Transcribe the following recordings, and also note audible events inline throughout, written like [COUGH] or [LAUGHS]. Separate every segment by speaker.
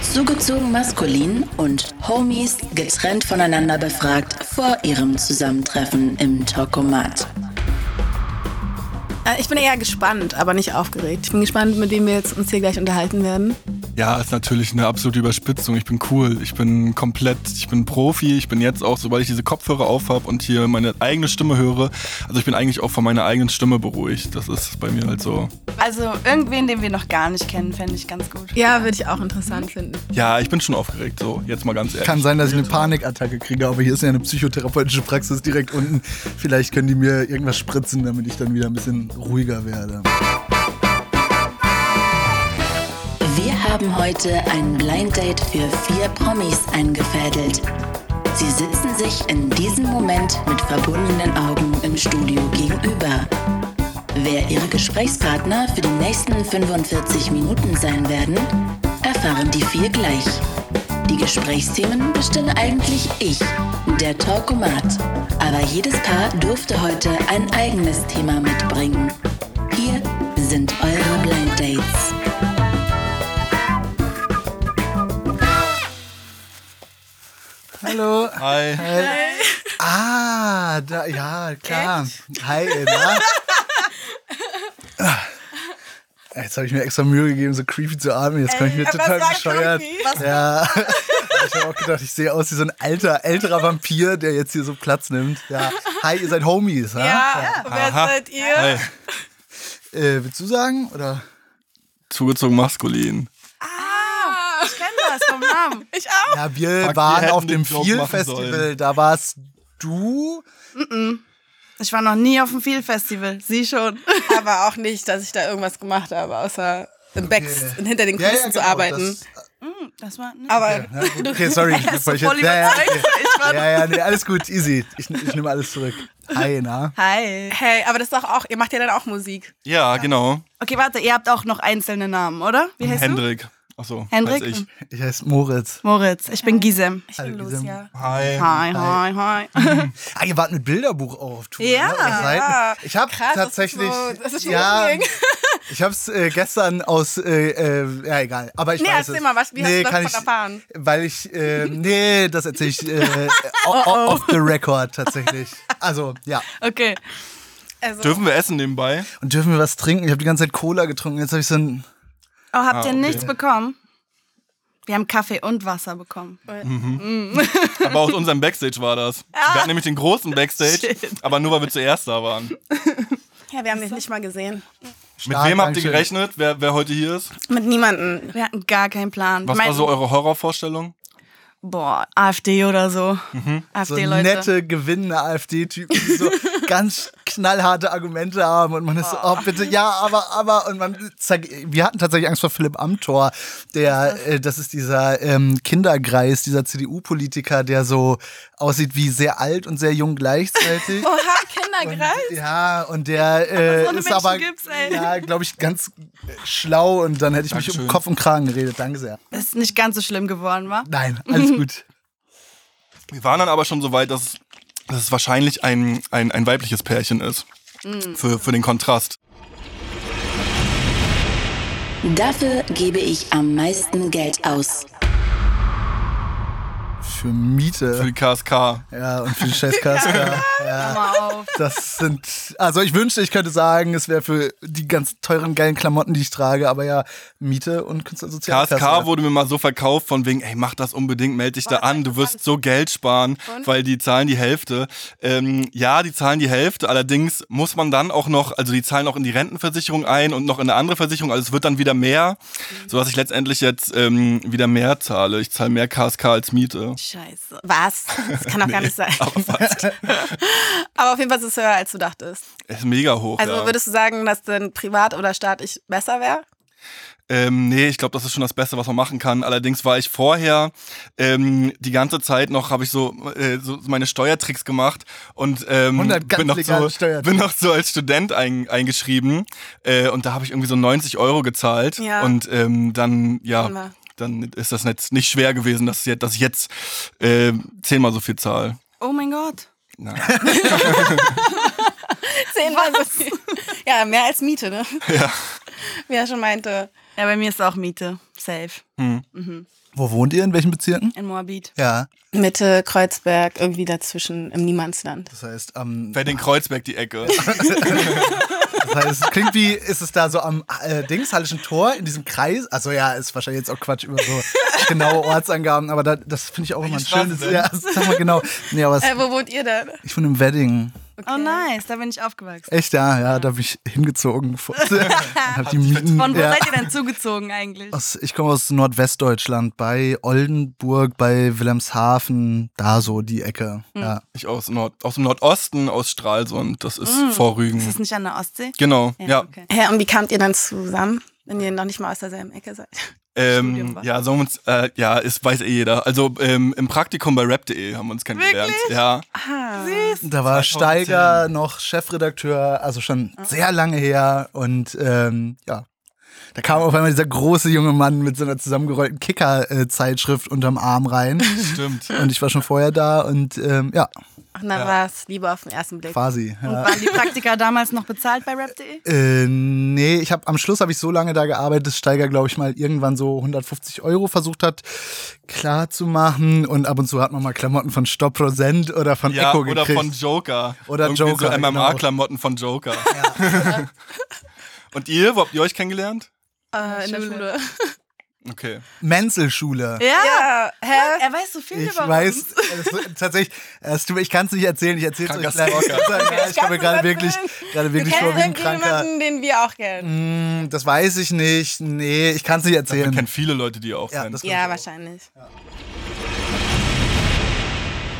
Speaker 1: Zugezogen maskulin und Homies getrennt voneinander befragt vor ihrem Zusammentreffen im Tokomat.
Speaker 2: Äh, Ich bin eher gespannt, aber nicht aufgeregt. Ich bin gespannt, mit wem wir jetzt uns hier gleich unterhalten werden.
Speaker 3: Ja, ist natürlich eine absolute Überspitzung. Ich bin cool, ich bin komplett, ich bin Profi, ich bin jetzt auch, sobald ich diese Kopfhörer aufhab und hier meine eigene Stimme höre, also ich bin eigentlich auch von meiner eigenen Stimme beruhigt. Das ist bei mir halt so.
Speaker 4: Also irgendwen, den wir noch gar nicht kennen, fände ich ganz gut.
Speaker 2: Ja, würde ich auch interessant finden.
Speaker 3: Ja, ich bin schon aufgeregt, so, jetzt mal ganz ehrlich.
Speaker 5: Kann sein, dass ich eine Panikattacke kriege, aber hier ist ja eine psychotherapeutische Praxis direkt unten. Vielleicht können die mir irgendwas spritzen, damit ich dann wieder ein bisschen ruhiger werde.
Speaker 1: Wir haben heute ein Blind Date für vier Promis eingefädelt. Sie sitzen sich in diesem Moment mit verbundenen Augen im Studio gegenüber. Wer ihre Gesprächspartner für die nächsten 45 Minuten sein werden, erfahren die vier gleich. Die Gesprächsthemen bestimme eigentlich ich, der Talkomat. Aber jedes Paar durfte heute ein eigenes Thema mitbringen. Hier sind eure Blind Dates.
Speaker 5: Hallo.
Speaker 3: Hi.
Speaker 5: Ah, da, ja, klar. Hi, Ella. Ah. Jetzt habe ich mir extra Mühe gegeben, so creepy zu atmen. Jetzt komme ich mir total bescheuert. Ja. Ich habe auch gedacht, ich sehe aus wie so ein alter, älterer Vampir, der jetzt hier so Platz nimmt. Ja. Hi, ihr seid Homies, ja?
Speaker 4: Ja, wer
Speaker 3: Aha.
Speaker 4: seid ihr?
Speaker 3: Hi.
Speaker 5: Äh, willst du sagen? Oder?
Speaker 3: Zugezogen maskulin.
Speaker 4: Ich kenne das vom Namen.
Speaker 2: Ich auch.
Speaker 5: Ja, wir
Speaker 3: Fuck, wir
Speaker 5: waren
Speaker 3: hätten
Speaker 5: auf
Speaker 3: den
Speaker 5: dem
Speaker 3: Joke
Speaker 5: Feel
Speaker 3: machen
Speaker 5: Festival.
Speaker 3: sollen.
Speaker 5: Da warst du.
Speaker 4: Ich war noch nie auf dem Feel-Festival. Sie schon.
Speaker 2: Aber auch nicht, dass ich da irgendwas gemacht habe, außer im Backs und hinter den Kulissen zu
Speaker 5: genau,
Speaker 2: arbeiten.
Speaker 5: das-
Speaker 4: [LAUGHS] Das war ne?
Speaker 2: Aber
Speaker 5: ja,
Speaker 2: [LAUGHS]
Speaker 5: gut, okay, sorry, ich bin euch jetzt. Ja, ja, okay. ja, ja, nee, alles gut, easy. Ich, ich nehme alles zurück. Hi, na?
Speaker 4: Hi.
Speaker 2: hey, aber das ist doch auch, ihr macht ja dann auch Musik.
Speaker 3: Ja, genau.
Speaker 4: Okay, warte, ihr habt auch noch einzelne Namen, oder? Wie heißt du?
Speaker 3: Hendrik. Achso,
Speaker 4: Hendrik?
Speaker 3: Weiß ich.
Speaker 5: Ich heiße Moritz.
Speaker 4: Moritz. Ich bin Gisem.
Speaker 2: Ich bin
Speaker 5: Hallo,
Speaker 2: los,
Speaker 5: Gisem.
Speaker 2: ja.
Speaker 3: Hi.
Speaker 4: Hi, hi, hi. [LAUGHS]
Speaker 5: Ah, ihr wart mit Bilderbuch auch auf Tour.
Speaker 2: Ja,
Speaker 5: ne? Oder seid-
Speaker 2: ja.
Speaker 5: Ich habe
Speaker 2: Krass, das ist
Speaker 5: tatsächlich.
Speaker 2: so- das ist
Speaker 5: ja,
Speaker 2: lustig.
Speaker 5: [LAUGHS] ich habe es äh, gestern aus. Äh, äh, ja, egal. Aber ich
Speaker 2: Nee,
Speaker 5: weiß
Speaker 2: erzähl
Speaker 5: es.
Speaker 2: mal, was- wie hast du davon
Speaker 5: kann ich,
Speaker 2: erfahren?
Speaker 5: Weil ich. Äh,
Speaker 2: [LAUGHS]
Speaker 5: nee, das erzähle ich äh, o- o- off the record tatsächlich. Also, ja.
Speaker 4: Okay.
Speaker 2: Also,
Speaker 3: Dürfen wir essen nebenbei?
Speaker 5: Und dürfen wir was trinken? Ich habe die ganze Zeit Cola getrunken. Jetzt habe ich so ein.
Speaker 4: Oh, habt
Speaker 3: Ah,
Speaker 4: ihr
Speaker 3: okay.
Speaker 4: nichts bekommen? Wir haben Kaffee und Wasser bekommen.
Speaker 3: Aber aus unserem Backstage war das. Wir hatten nämlich den großen Backstage, aber nur weil wir zuerst da waren.
Speaker 2: ja, wir haben dich nicht mal gesehen.
Speaker 3: Mit
Speaker 5: Stark,
Speaker 3: wem habt ihr
Speaker 5: Dankeschön.
Speaker 3: gerechnet, wer, wer heute hier ist?
Speaker 2: Mit niemanden.
Speaker 4: Wir hatten gar keinen Plan.
Speaker 3: Was
Speaker 4: Ich mein,
Speaker 3: war so eure Horrorvorstellung?
Speaker 4: Boah, AfD oder so.
Speaker 3: Mhm.
Speaker 5: so
Speaker 4: AfD-Leute.
Speaker 5: nette, gewinnende AfD-Typen, die [LAUGHS] so ganz knallharte Argumente haben und man ist so, oh bitte, ja, aber, aber und man zeig, wir hatten tatsächlich Angst vor Philipp Amthor, der, äh, das ist dieser ähm, Kindergreis, dieser CDU-Politiker, der so aussieht wie sehr alt und sehr jung [LAUGHS] gleichzeitig.
Speaker 2: Oha, Kindergreis.
Speaker 5: Ja, und der äh,
Speaker 4: eine
Speaker 5: ist
Speaker 4: Menschen
Speaker 5: aber,
Speaker 4: gibt's, ey.
Speaker 5: ja, glaube ich, ganz äh, schlau und dann hätte ich mich um
Speaker 3: Dankeschön.
Speaker 5: Kopf und Kragen geredet. Danke sehr.
Speaker 4: Ist nicht ganz so schlimm geworden, wa?
Speaker 5: Nein, [LAUGHS] alles gut.
Speaker 3: Wir waren dann aber schon so weit, dass, dass es wahrscheinlich ein, ein, ein weibliches Pärchen ist.
Speaker 2: Mm.
Speaker 3: Für, für den Kontrast.
Speaker 1: Dafür gebe ich am meisten Geld aus.
Speaker 5: Für Miete.
Speaker 3: Für die KSK.
Speaker 5: Ja, und für den scheiß
Speaker 4: [LAUGHS]
Speaker 5: Kasker. ja. Das sind. Also ich wünschte, ich könnte sagen, es wäre für die ganz teuren, geilen Klamotten, die ich trage, aber ja, Miete und Künstler- und Sozialkasse.
Speaker 3: KSK wurde mir mal so verkauft von wegen, ey, mach das unbedingt, melde dich da an, du wirst so Geld sparen, weil die zahlen die Hälfte. Ähm, ja, die zahlen die Hälfte, allerdings muss man dann auch noch, also die zahlen auch in die Rentenversicherung ein und noch in eine andere Versicherung, also es wird dann wieder mehr,
Speaker 2: Mhm.
Speaker 3: sodass ich letztendlich jetzt ähm, wieder mehr zahle. Ich zahle mehr KSK als Miete. [LAUGHS]
Speaker 2: Scheiße. Was? Das kann doch gar nicht sein.
Speaker 3: Aber [LAUGHS] fast.
Speaker 2: Aber auf jeden Fall ist es höher, als du dachtest.
Speaker 3: ist mega hoch.
Speaker 2: Also
Speaker 3: ja.
Speaker 2: würdest du sagen, dass denn privat oder staatlich besser wäre?
Speaker 3: Ähm, nee, ich glaube, das ist schon das Beste, was man machen kann. Allerdings war ich vorher ähm, die ganze Zeit noch, habe ich so, äh, so meine Steuertricks gemacht und ähm,
Speaker 5: 100 ganz
Speaker 3: bin, noch
Speaker 5: legale
Speaker 3: so,
Speaker 5: Steuertricks.
Speaker 3: bin noch so als Student ein, eingeschrieben äh, und da habe ich irgendwie so 90 Euro gezahlt
Speaker 2: Ja.
Speaker 3: und ähm, dann, ja,
Speaker 2: Hammer.
Speaker 3: dann ist das jetzt nicht schwer gewesen, dass, jetzt- dass ich jetzt äh, zehnmal so viel zahle.
Speaker 4: Oh mein Gott.
Speaker 2: [LAUGHS]
Speaker 3: Na,
Speaker 2: Zehnmal so viel. Ja, mehr als Miete, ne?
Speaker 3: ja.
Speaker 2: Wie er schon meinte.
Speaker 4: Ja, bei mir ist auch Miete. Safe.
Speaker 5: Wo wohnt ihr? In welchen Bezirken?
Speaker 4: In Moabit.
Speaker 5: Ja,
Speaker 2: Mitte, Kreuzberg, irgendwie dazwischen im Niemandsland.
Speaker 5: das heißt, am,
Speaker 3: Bei den Kreuzberg die Ecke.
Speaker 5: das heißt, es klingt wie, ist es da so am äh, Dings, Hallischen Tor, in diesem Kreis? Also ja, ist wahrscheinlich jetzt auch Quatsch über
Speaker 4: [LAUGHS]
Speaker 5: so genaue Ortsangaben, aber da, das finde ich auch immer ein
Speaker 3: Straße
Speaker 5: schönes.
Speaker 3: denn?
Speaker 5: Ja, sag mal genau. Nee, aber es,
Speaker 2: Äh, wo wohnt ihr denn?
Speaker 5: ich wohne im Wedding.
Speaker 4: Oh, nice. Da bin ich aufgewachsen.
Speaker 5: Echt, ja, ja, da bin ich hingezogen. [LAUGHS] Vor- hab die Mieten,
Speaker 4: Von wo
Speaker 5: ja.
Speaker 4: seid ihr denn zugezogen eigentlich?
Speaker 5: aus, ich komme aus Nordwestdeutschland, bei Oldenburg, bei Wilhelmshaven, da so die Ecke. Ja.
Speaker 3: Ich aus, Nord aus dem Nordosten, aus Stralsund. Das ist vor Rügen.
Speaker 4: Ist das nicht an der Ostsee?
Speaker 3: genau, ja.
Speaker 4: okay.
Speaker 2: Hä, und wie kamt ihr dann zusammen, wenn ihr noch nicht mal aus derselben Ecke seid?
Speaker 3: Ähm,
Speaker 4: Studium war.
Speaker 3: ja, sollen wir uns, äh, ja, ist, weiß eh jeder. Also ähm, im Praktikum bei rap.de haben wir uns kennengelernt. Ja.
Speaker 5: Da war
Speaker 3: 2010.
Speaker 5: Steiger noch Chefredakteur, also schon sehr lange her. Und ähm, ja, da kam auf einmal dieser große junge Mann mit so einer zusammengerollten Kicker-Zeitschrift unterm Arm rein. [LAUGHS]
Speaker 3: Stimmt.
Speaker 5: und ich war schon vorher da und ähm, ja,
Speaker 2: Und dann war es lieber auf den ersten Blick.
Speaker 5: quasi. Ja.
Speaker 4: Waren die Praktika damals noch bezahlt bei rap.de?
Speaker 5: Äh, nee, ich habe am Schluss habe ich so lange da gearbeitet, dass Steiger, glaube ich, mal irgendwann so 150 Euro versucht hat, klar zu machen. Und ab und zu hat man mal Klamotten von Stopp Prozent oder von
Speaker 3: Ja,
Speaker 5: Echo
Speaker 3: oder
Speaker 5: gekriegt.
Speaker 3: von Joker.
Speaker 5: Oder
Speaker 3: Irgendwie
Speaker 5: Joker,
Speaker 3: so
Speaker 5: genau.
Speaker 3: MMA-Klamotten von Joker. [LAUGHS] Und ihr, wo habt ihr euch kennengelernt?
Speaker 2: Äh, in der Schule.
Speaker 3: Okay.
Speaker 5: Menzelschule.
Speaker 4: Ja.
Speaker 2: Ja, hä?
Speaker 4: Er weiß so viel
Speaker 5: Ich
Speaker 4: über
Speaker 5: weiß,
Speaker 4: uns.
Speaker 5: es, tatsächlich, es tut mir- ich kann es nicht erzählen, ich erzähle es euch
Speaker 3: Kranker
Speaker 5: gleich.
Speaker 3: Stalker.
Speaker 5: [LAUGHS] Ja, ich habe gerade wirklich, gerade wirklich vor wie ein Kranker.
Speaker 2: irgendjemanden, den wir auch kennen.
Speaker 5: Hm, Das weiß ich nicht. Nee, ich kann es nicht
Speaker 3: Wir
Speaker 5: erzählen.
Speaker 3: kennen viele Leute, die ihr auch
Speaker 5: Ja,
Speaker 3: kennt.
Speaker 5: das-
Speaker 2: Ja, wahrscheinlich.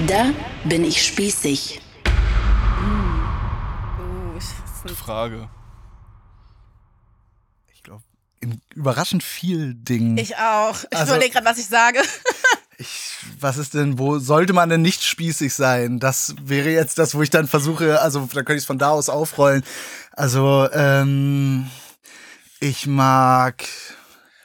Speaker 1: Da bin ich spießig.
Speaker 3: Gute Frage.
Speaker 5: Ich glaube, in überraschend viel Dingen.
Speaker 2: Ich auch. Ich
Speaker 5: Also-
Speaker 2: überlege gerade, was ich sage.
Speaker 5: Ich, was ist denn, wo sollte man denn nicht spießig sein? Das wäre jetzt das, wo ich dann versuche, also da könnte ich es von da aus aufrollen. Also, ähm, ich mag.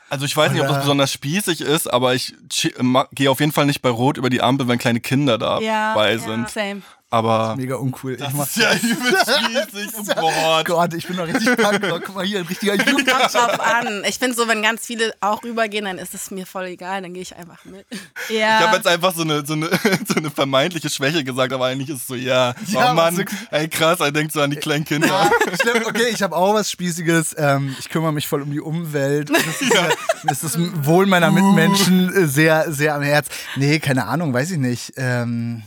Speaker 3: Also ich weiß nicht, ob das
Speaker 5: Oder-
Speaker 3: besonders spießig ist, aber ich chi- ma- gehe auf jeden Fall nicht bei Rot über die Ampel, wenn kleine Kinder dabei
Speaker 4: Ja, ja.
Speaker 3: sind.
Speaker 4: Same.
Speaker 3: Aber
Speaker 5: Mega uncool. Ich mach,
Speaker 3: das ist [LAUGHS] ja
Speaker 5: [LAUGHS]
Speaker 3: übel spießig. Boah.
Speaker 5: Gott, ich bin
Speaker 3: [LAUGHS]
Speaker 5: doch richtig krank. Guck mal hier, ein richtiger Jugend.
Speaker 2: Kommt drauf an. Ich finde so, wenn ganz viele auch rübergehen, dann ist es mir voll egal. Dann gehe ich einfach mit.
Speaker 4: Ja.
Speaker 3: Ich habe jetzt einfach so eine, so, eine, [LAUGHS] so eine vermeintliche Schwäche gesagt, aber eigentlich ist es so, ja, oh
Speaker 5: Ja,
Speaker 3: Mann,
Speaker 5: so-
Speaker 3: ey krass, er denkt so an die kleinen Kinder.
Speaker 5: Ja, Schlimm, okay, ich habe auch was Spießiges. Ähm, ich kümmere mich voll um die Umwelt. Und Das ist, äh, das ist das Wohl meiner
Speaker 3: Uh.
Speaker 5: Mitmenschen äh, sehr, sehr am Herz. Nee, keine Ahnung, weiß ich nicht. Ähm,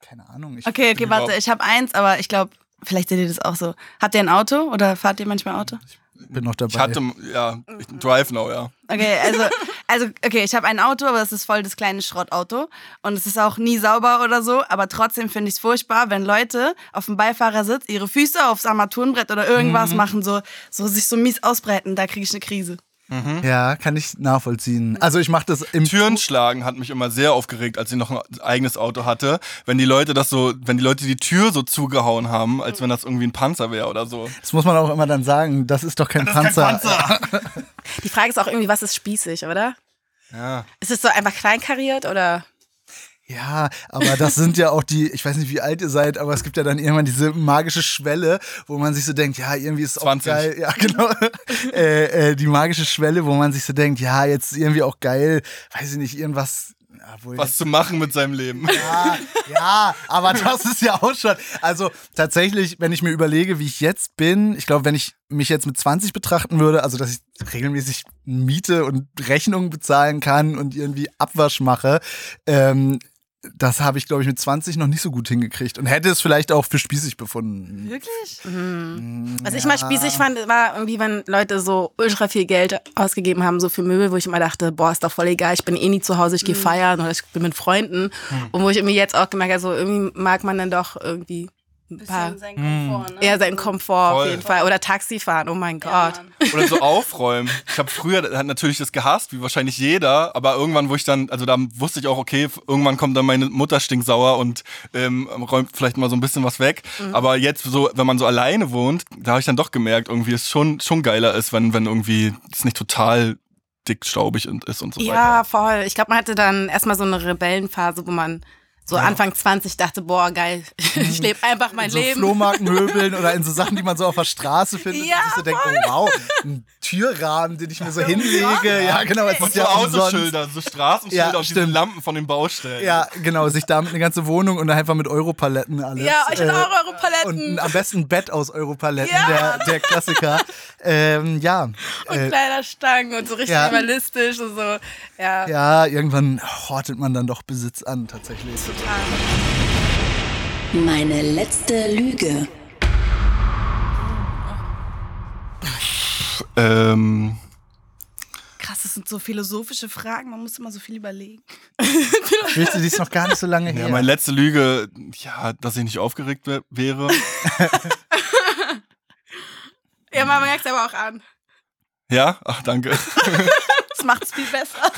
Speaker 5: keine Ahnung. Ich,
Speaker 4: Okay, okay, warte. Ich habe eins, aber ich glaube, vielleicht seht ihr das auch so. Habt ihr ein Auto oder fahrt ihr manchmal Auto?
Speaker 5: bin noch dabei.
Speaker 3: Ich hatte, ja, ich drive now, ja.
Speaker 4: Okay, also, also okay, ich habe ein Auto, aber es ist voll das kleine Schrottauto und es ist auch nie sauber oder so, aber trotzdem finde ich es furchtbar, wenn Leute auf dem Beifahrersitz ihre Füße aufs Armaturenbrett oder irgendwas machen, so, so sich so mies ausbreiten, da kriege ich eine Krise.
Speaker 5: ja, kann ich nachvollziehen. Also ich mache das im
Speaker 3: Türen schlagen hat mich immer sehr aufgeregt, als ich noch ein eigenes Auto hatte, wenn die Leute das so, wenn die Leute die Tür so zugehauen haben, als wenn das irgendwie ein Panzer wäre oder so.
Speaker 5: Das muss man auch immer dann sagen. Das ist doch kein, Panzer.
Speaker 2: Die Frage ist auch irgendwie, was ist spießig, oder?
Speaker 3: Ja.
Speaker 2: Ist es so einfach kleinkariert oder?
Speaker 5: Ja, aber das sind ja auch die, ich weiß nicht, wie alt ihr seid, aber es gibt ja dann irgendwann diese magische Schwelle, wo man sich so denkt, ja, irgendwie ist es auch
Speaker 3: 20.
Speaker 5: geil. Ja, genau. [LAUGHS] äh, äh, die magische Schwelle, wo man sich so denkt, ja, jetzt irgendwie auch geil, weiß ich nicht, irgendwas. Obwohl,
Speaker 3: Was zu machen mit seinem
Speaker 5: [LAUGHS]
Speaker 3: Leben.
Speaker 5: ja, ja, aber das ist ja auch schon. Also tatsächlich, wenn ich mir überlege, wie ich jetzt bin, ich glaube, wenn ich mich jetzt mit 20 betrachten würde, also dass ich regelmäßig Miete und Rechnungen bezahlen kann und irgendwie Abwasch mache, ähm, das habe ich, glaube ich, mit 20 noch nicht so gut hingekriegt und hätte es vielleicht auch für spießig befunden.
Speaker 4: Wirklich?
Speaker 2: Was Also ich mal spießig fand, war irgendwie, wenn Leute so ultra viel Geld ausgegeben haben, so für Möbel, wo ich immer dachte, boah, ist doch voll egal, ich bin eh nie zu Hause, ich gehe feiern oder ich bin mit Freunden. Und wo ich irgendwie jetzt auch gemerkt habe, so irgendwie mag man dann doch irgendwie ein paar.
Speaker 4: sein Komfort, ne?
Speaker 2: Ja, seinen Komfort
Speaker 3: Voll.
Speaker 2: auf jeden Fall. Oder Taxifahren, oh mein Gott.
Speaker 3: Oder so aufräumen. Ich habe früher hat natürlich das gehasst, wie wahrscheinlich jeder, aber irgendwann, wo ich dann, also da wusste ich auch, okay, irgendwann kommt dann meine Mutter stinksauer und ähm, räumt vielleicht mal so ein bisschen was weg.
Speaker 5: Mhm.
Speaker 3: Aber jetzt, so, wenn man so alleine wohnt, da habe ich dann doch gemerkt, irgendwie es schon, schon geiler ist, wenn, wenn irgendwie es nicht total dick staubig und- ist und so weiter.
Speaker 2: Ja, voll. Ich glaube, man hatte dann erstmal so eine Rebellenphase, wo man so Anfang 20 dachte, boah, geil, [LAUGHS] ich lebe einfach mein
Speaker 5: so
Speaker 2: Leben.
Speaker 5: Flohmarktmöbeln oder in so Sachen, die man so auf der Straße findet.
Speaker 2: Ja,
Speaker 5: und sich so denkt, oh, wow, ein Türrahmen, den ich mir so hinlege. Ja, genau. es
Speaker 3: Und
Speaker 5: ist
Speaker 3: so
Speaker 5: ja umsonst.
Speaker 3: Autoschilder, so Straßenschilder
Speaker 5: Ja,
Speaker 3: und diese
Speaker 5: stimmt.
Speaker 3: Lampen von den Baustellen.
Speaker 5: Ja, genau. Sich damit eine ganze Wohnung und einfach mit Europaletten alles. äh,
Speaker 2: Ja, ich hatte auch eure
Speaker 5: Und
Speaker 2: Paletten
Speaker 5: ein- am besten ein Bett aus Europaletten,
Speaker 2: Ja.
Speaker 5: der, der Klassiker. ähm, ja.
Speaker 2: und Kleiderstangen und so richtig
Speaker 5: ja.
Speaker 2: minimalistisch und so. Ja.
Speaker 5: Ja, irgendwann hortet man dann doch Besitz an, tatsächlich.
Speaker 1: Meine letzte Lüge.
Speaker 3: Ähm,
Speaker 4: Krass, das sind so philosophische Fragen, man muss immer so viel überlegen.
Speaker 5: Willst du dies noch gar nicht so lange her?
Speaker 3: ja, meine letzte Lüge, ja, dass ich nicht aufgeregt wär-
Speaker 5: [LAUGHS]
Speaker 3: wäre.
Speaker 2: Ja, man merkt es aber auch an.
Speaker 3: Ja, ach, danke.
Speaker 4: Das macht's viel besser.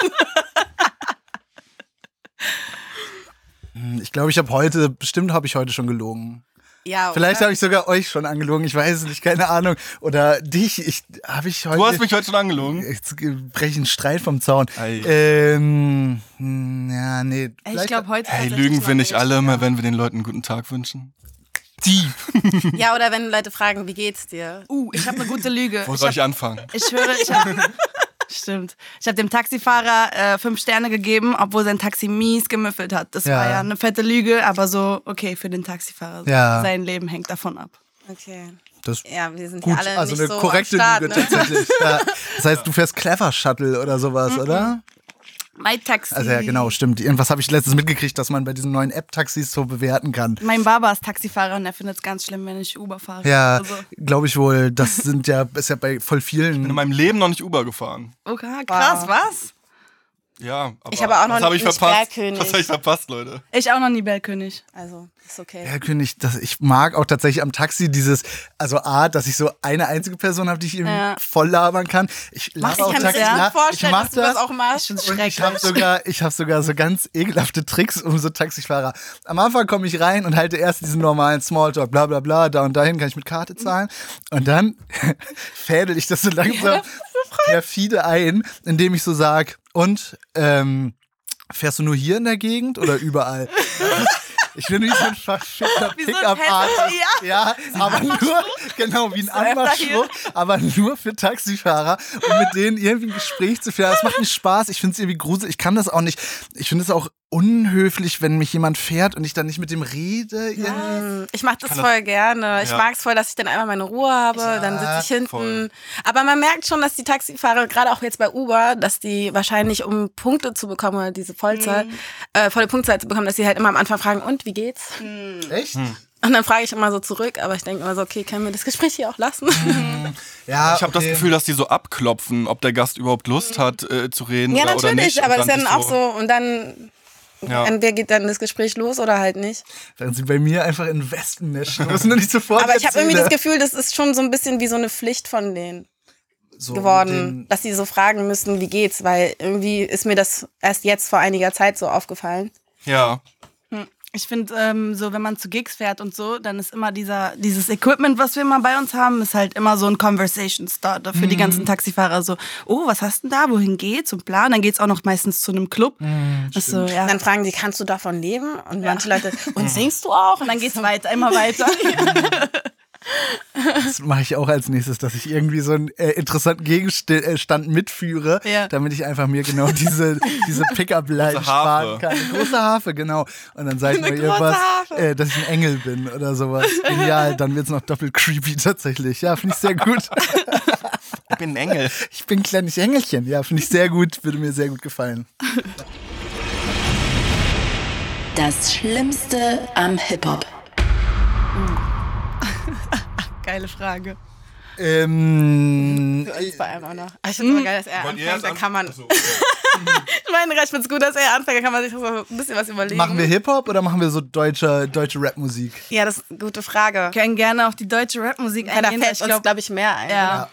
Speaker 5: ich glaube, ich habe heute, bestimmt habe ich heute schon gelogen.
Speaker 2: Ja,
Speaker 5: Vielleicht
Speaker 2: oder?
Speaker 5: habe ich sogar euch schon angelogen, ich weiß es nicht, keine Ahnung. Oder dich, ich habe ich heute.
Speaker 3: Du hast mich heute schon angelogen.
Speaker 5: Jetzt äh, breche ich einen Streit vom Zaun.
Speaker 3: Ei.
Speaker 5: Ähm, hm, ja, nee.
Speaker 4: Ich
Speaker 5: vielleicht-
Speaker 4: glaube, heute.
Speaker 3: Hey,
Speaker 4: tatsächlich
Speaker 3: Lügen
Speaker 4: mal
Speaker 3: finde ich
Speaker 4: nicht.
Speaker 3: alle immer, wenn wir den Leuten einen guten Tag wünschen. Die.
Speaker 2: ja, oder wenn Leute fragen, wie geht's dir?
Speaker 4: Uh, ich habe eine gute Lüge.
Speaker 3: Wo
Speaker 4: Ich
Speaker 3: soll ich anfangen?
Speaker 4: Ich höre, ich
Speaker 5: [LAUGHS]
Speaker 4: hab, Stimmt. Ich habe dem Taxifahrer äh, fünf Sterne gegeben, obwohl sein Taxi mies gemüffelt hat. Das
Speaker 5: Ja.
Speaker 4: war ja eine fette Lüge, aber so, okay, für den Taxifahrer.
Speaker 5: Ja.
Speaker 4: Sein Leben hängt davon ab.
Speaker 2: Okay.
Speaker 5: Das
Speaker 2: Ja, wir sind
Speaker 5: gut,
Speaker 2: ja alle
Speaker 5: also
Speaker 2: nicht
Speaker 5: eine
Speaker 2: so am
Speaker 5: korrekte
Speaker 2: Start, [LAUGHS]
Speaker 5: Lüge
Speaker 2: ne?
Speaker 5: tatsächlich. ja. Das heißt, du fährst Clever Shuttle oder sowas,
Speaker 2: Mhm.
Speaker 5: oder?
Speaker 4: Mein Taxi.
Speaker 5: Also ja, genau, stimmt. Irgendwas habe ich letztens mitgekriegt, dass man bei diesen neuen App-Taxis so bewerten kann.
Speaker 2: Mhm.
Speaker 4: Mein Baba ist Taxifahrer und er findet es ganz schlimm, wenn ich Uber fahre.
Speaker 5: Ja,
Speaker 4: Also,
Speaker 5: glaube ich wohl. Das sind ja, ist ja bei voll
Speaker 3: In
Speaker 5: vielen.
Speaker 3: meinem Leben noch nicht Uber gefahren.
Speaker 4: okay, krass, was?
Speaker 3: Ja, aber
Speaker 2: Ich habe auch noch
Speaker 3: was hab ich
Speaker 2: nicht
Speaker 3: verpasst?
Speaker 2: Bergkönig.
Speaker 3: Was habe ich verpasst, Leute?
Speaker 4: Ich auch noch nie Bellkönig.
Speaker 2: Also, ist okay.
Speaker 5: Herr König, das, ich mag auch tatsächlich am Taxi dieses, also A, dass ich so eine einzige Person habe, die ich irgendwie voll labern kann. Ich
Speaker 4: Machst
Speaker 5: laber
Speaker 4: du
Speaker 5: auch
Speaker 2: ich kann mir
Speaker 5: Taxi.
Speaker 4: Taxi-
Speaker 2: echt
Speaker 5: ja,
Speaker 2: gut vorstellen,
Speaker 5: ich mach
Speaker 2: dass du das auch machst.
Speaker 5: Und ich habe sogar, ich hab sogar so ganz ekelhafte Tricks um so Taxifahrer. Am Anfang komme ich rein und halte erst diesen normalen Smalltalk, bla bla bla, da und dahin kann ich mit Karte zahlen. Und dann [LAUGHS] fädel ich das so langsam perfide ein, indem ich so sag, und ähm, fährst du nur hier in der Gegend
Speaker 4: [LAUGHS]
Speaker 5: oder überall? Ich bin wie so ein verschickter
Speaker 4: Wie so ein
Speaker 5: Pickup-Artist.
Speaker 4: Hesse, ja.
Speaker 5: Ja, aber nur, genau, wie ein Anmachspruch, aber nur für Taxifahrer, um mit denen irgendwie ein Gespräch zu führen. Das macht mir Spaß, ich finde es irgendwie gruselig, ich kann das auch nicht. Ich finde es auch unhöflich, wenn mich jemand fährt und ich dann nicht mit dem rede. irgendwie.
Speaker 2: Mm, Ich mache das voll gerne. Ich
Speaker 3: Äh, Ja.
Speaker 2: mag es voll, dass ich dann einmal meine Ruhe habe, dann sitze ich hinten.
Speaker 3: voll.
Speaker 2: Aber man merkt schon, dass die Taxifahrer, gerade auch jetzt bei Uber, dass die wahrscheinlich, um Punkte zu bekommen, oder diese Vollzahl,
Speaker 3: Mhm.
Speaker 2: äh, volle Punktzahl zu bekommen, dass sie halt immer am Anfang fragen, und wie geht's?
Speaker 3: Mhm.
Speaker 5: Echt?
Speaker 2: Und dann frage ich immer so zurück, aber ich denke immer so, okay, können wir das Gespräch hier auch lassen?
Speaker 3: Mhm.
Speaker 2: [LAUGHS]
Speaker 5: Ja,
Speaker 3: Ich habe das
Speaker 5: okay.
Speaker 3: Gefühl, dass die so abklopfen, ob der Gast überhaupt Lust hat äh, zu reden
Speaker 2: Mhm. ja,
Speaker 3: oder, oder
Speaker 2: natürlich,
Speaker 3: nicht.
Speaker 2: aber
Speaker 3: Und
Speaker 2: das ist ja dann
Speaker 3: sich
Speaker 2: auch ähm, so, und dann,
Speaker 3: Ja.
Speaker 2: entweder geht dann das Gespräch los oder halt nicht.
Speaker 5: Dann sind bei mir einfach in Westen naschen. Das ist noch nicht sofort.
Speaker 2: Aber ich habe irgendwie das
Speaker 5: erzähle.
Speaker 2: Gefühl, das ist schon so ein bisschen wie so eine Pflicht von denen.
Speaker 5: So,
Speaker 2: geworden,
Speaker 5: den-
Speaker 2: dass sie so fragen müssen, wie geht's, weil irgendwie ist mir das erst jetzt vor einiger Zeit so aufgefallen.
Speaker 3: Ja,
Speaker 4: Ich finde, ähm, so wenn man zu Gigs fährt und so, dann ist immer dieser, dieses Equipment, was wir immer bei uns haben, ist halt immer so ein Conversation Starter für
Speaker 2: Mhm.
Speaker 4: die ganzen Taxifahrer. So, oh, was hast denn da? Wohin geht's? Und bla. Und dann geht's auch noch meistens zu einem Club. Das ist so, ja.
Speaker 2: Und Mhm, dann fragen sie, kannst du davon leben? Und manche
Speaker 4: [LAUGHS]
Speaker 2: Leute, und singst du auch? Und dann geht's
Speaker 4: weiter, immer [LAUGHS] weiter.
Speaker 5: Das mache ich auch als nächstes, dass ich irgendwie so einen äh, interessanten Gegenstand mitführe,
Speaker 4: Ja.
Speaker 5: damit ich einfach mir genau diese, diese Pickup-Line
Speaker 3: Große Harfe.
Speaker 5: sparen kann. Eine große Harfe, genau. Und dann sage ich mir
Speaker 2: Eine große
Speaker 5: irgendwas,
Speaker 2: Harfe.
Speaker 5: äh, dass ich ein Engel bin oder sowas. Genial, dann wird es noch doppelt creepy tatsächlich. Ja, finde ich
Speaker 3: [LAUGHS]
Speaker 5: sehr gut.
Speaker 3: ich bin ein Engel.
Speaker 5: Ich bin ein kleines Engelchen. Ja, finde ich sehr gut. Würde mir sehr gut gefallen.
Speaker 1: Das Schlimmste am Hip-Hop.
Speaker 4: Geile Frage.
Speaker 5: Ähm,
Speaker 2: Uns bei einem auch noch. Aber ich
Speaker 4: Hm.
Speaker 2: finde es geil, dass er anfängt, da kann man,
Speaker 3: Also,
Speaker 2: ich meine, ich finde es gut, dass er anfängt, da kann man sich so ein bisschen was überlegen.
Speaker 5: machen wir Hip-Hop oder machen wir so deutsche, deutsche Rap-Musik?
Speaker 2: ja, das ist eine gute Frage.
Speaker 4: Wir können gerne auf die deutsche Rapmusik
Speaker 2: Weil da
Speaker 4: eingehen.
Speaker 2: fällt
Speaker 4: weil Ich
Speaker 2: uns, glaube
Speaker 4: glaube,
Speaker 2: ich, mehr ein. [LAUGHS]
Speaker 4: ja.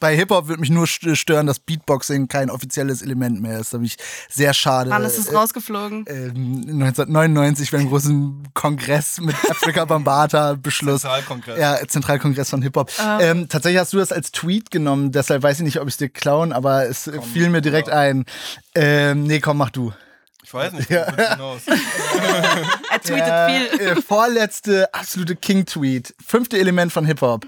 Speaker 5: Bei Hip-Hop würde mich nur st- stören, dass Beatboxing kein offizielles Element mehr ist. Da bin ich sehr schade.
Speaker 4: Wann
Speaker 2: Äh,
Speaker 4: ist es rausgeflogen?
Speaker 5: Ähm, 1999 beim großen Kongress
Speaker 4: [LAUGHS]
Speaker 5: mit Afrika Bambata Beschluss.
Speaker 3: Zentralkongress.
Speaker 5: Ja, Zentralkongress von Hip-Hop.
Speaker 4: Ah.
Speaker 5: Ähm, tatsächlich hast du das als Tweet genommen, deshalb weiß ich nicht, ob ich es dir klauen, aber es äh, fiel mir direkt ein. Ähm, nee, komm, mach du.
Speaker 3: Ich weiß nicht, worauf das hinaus.
Speaker 4: Er tweetet viel.
Speaker 5: Äh, vorletzte absolute King-Tweet. Fünfte Element
Speaker 4: [CLEARS THROAT]
Speaker 5: von Hip-Hop.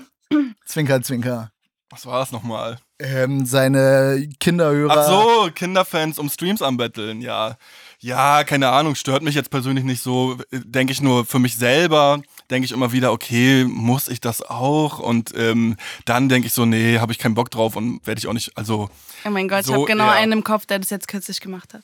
Speaker 5: Zwinker, zwinker.
Speaker 3: Was war das nochmal?
Speaker 5: Ähm, seine Kinderhörer.
Speaker 3: Ach so, Kinderfans um Streams anbetteln, ja. Ja, keine Ahnung, stört mich jetzt persönlich nicht so. Denke ich nur für mich selber, denke ich immer wieder, okay, muss ich das auch? Und ähm, dann denke ich so, nee, habe ich keinen Bock drauf und werde ich auch nicht. Also,
Speaker 4: Oh mein Gott,
Speaker 3: So,
Speaker 4: ich habe genau
Speaker 3: ja.
Speaker 4: einen im Kopf, der das jetzt kürzlich gemacht hat.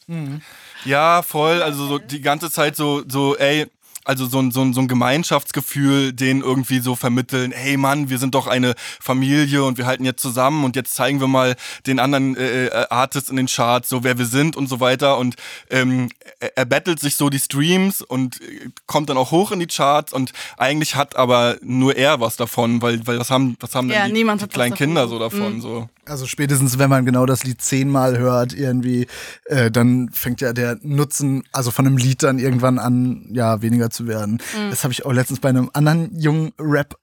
Speaker 3: ja, voll, also so die ganze Zeit so, so ey. Also so ein, so, ein, so ein Gemeinschaftsgefühl, den irgendwie so vermitteln, hey Mann, wir sind doch eine Familie und wir halten jetzt zusammen und jetzt zeigen wir mal den anderen äh, äh, Artists in den Charts, so wer wir sind und so weiter. Und ähm, er, er battelt sich so die Streams und äh, kommt dann auch hoch in die Charts und eigentlich hat aber nur er was davon, weil, weil was haben, was haben
Speaker 4: Ja,
Speaker 3: denn die,
Speaker 4: niemand
Speaker 3: die
Speaker 4: hat was
Speaker 3: kleinen
Speaker 4: davon. Mhm.
Speaker 3: Kinder so davon? So.
Speaker 5: Also spätestens, wenn man genau das Lied zehnmal hört, irgendwie, äh, dann fängt ja der Nutzen, also von einem Lied dann irgendwann an, ja, weniger zu werden.
Speaker 4: Mhm.
Speaker 5: Das habe ich auch letztens bei einem anderen jungen Rap.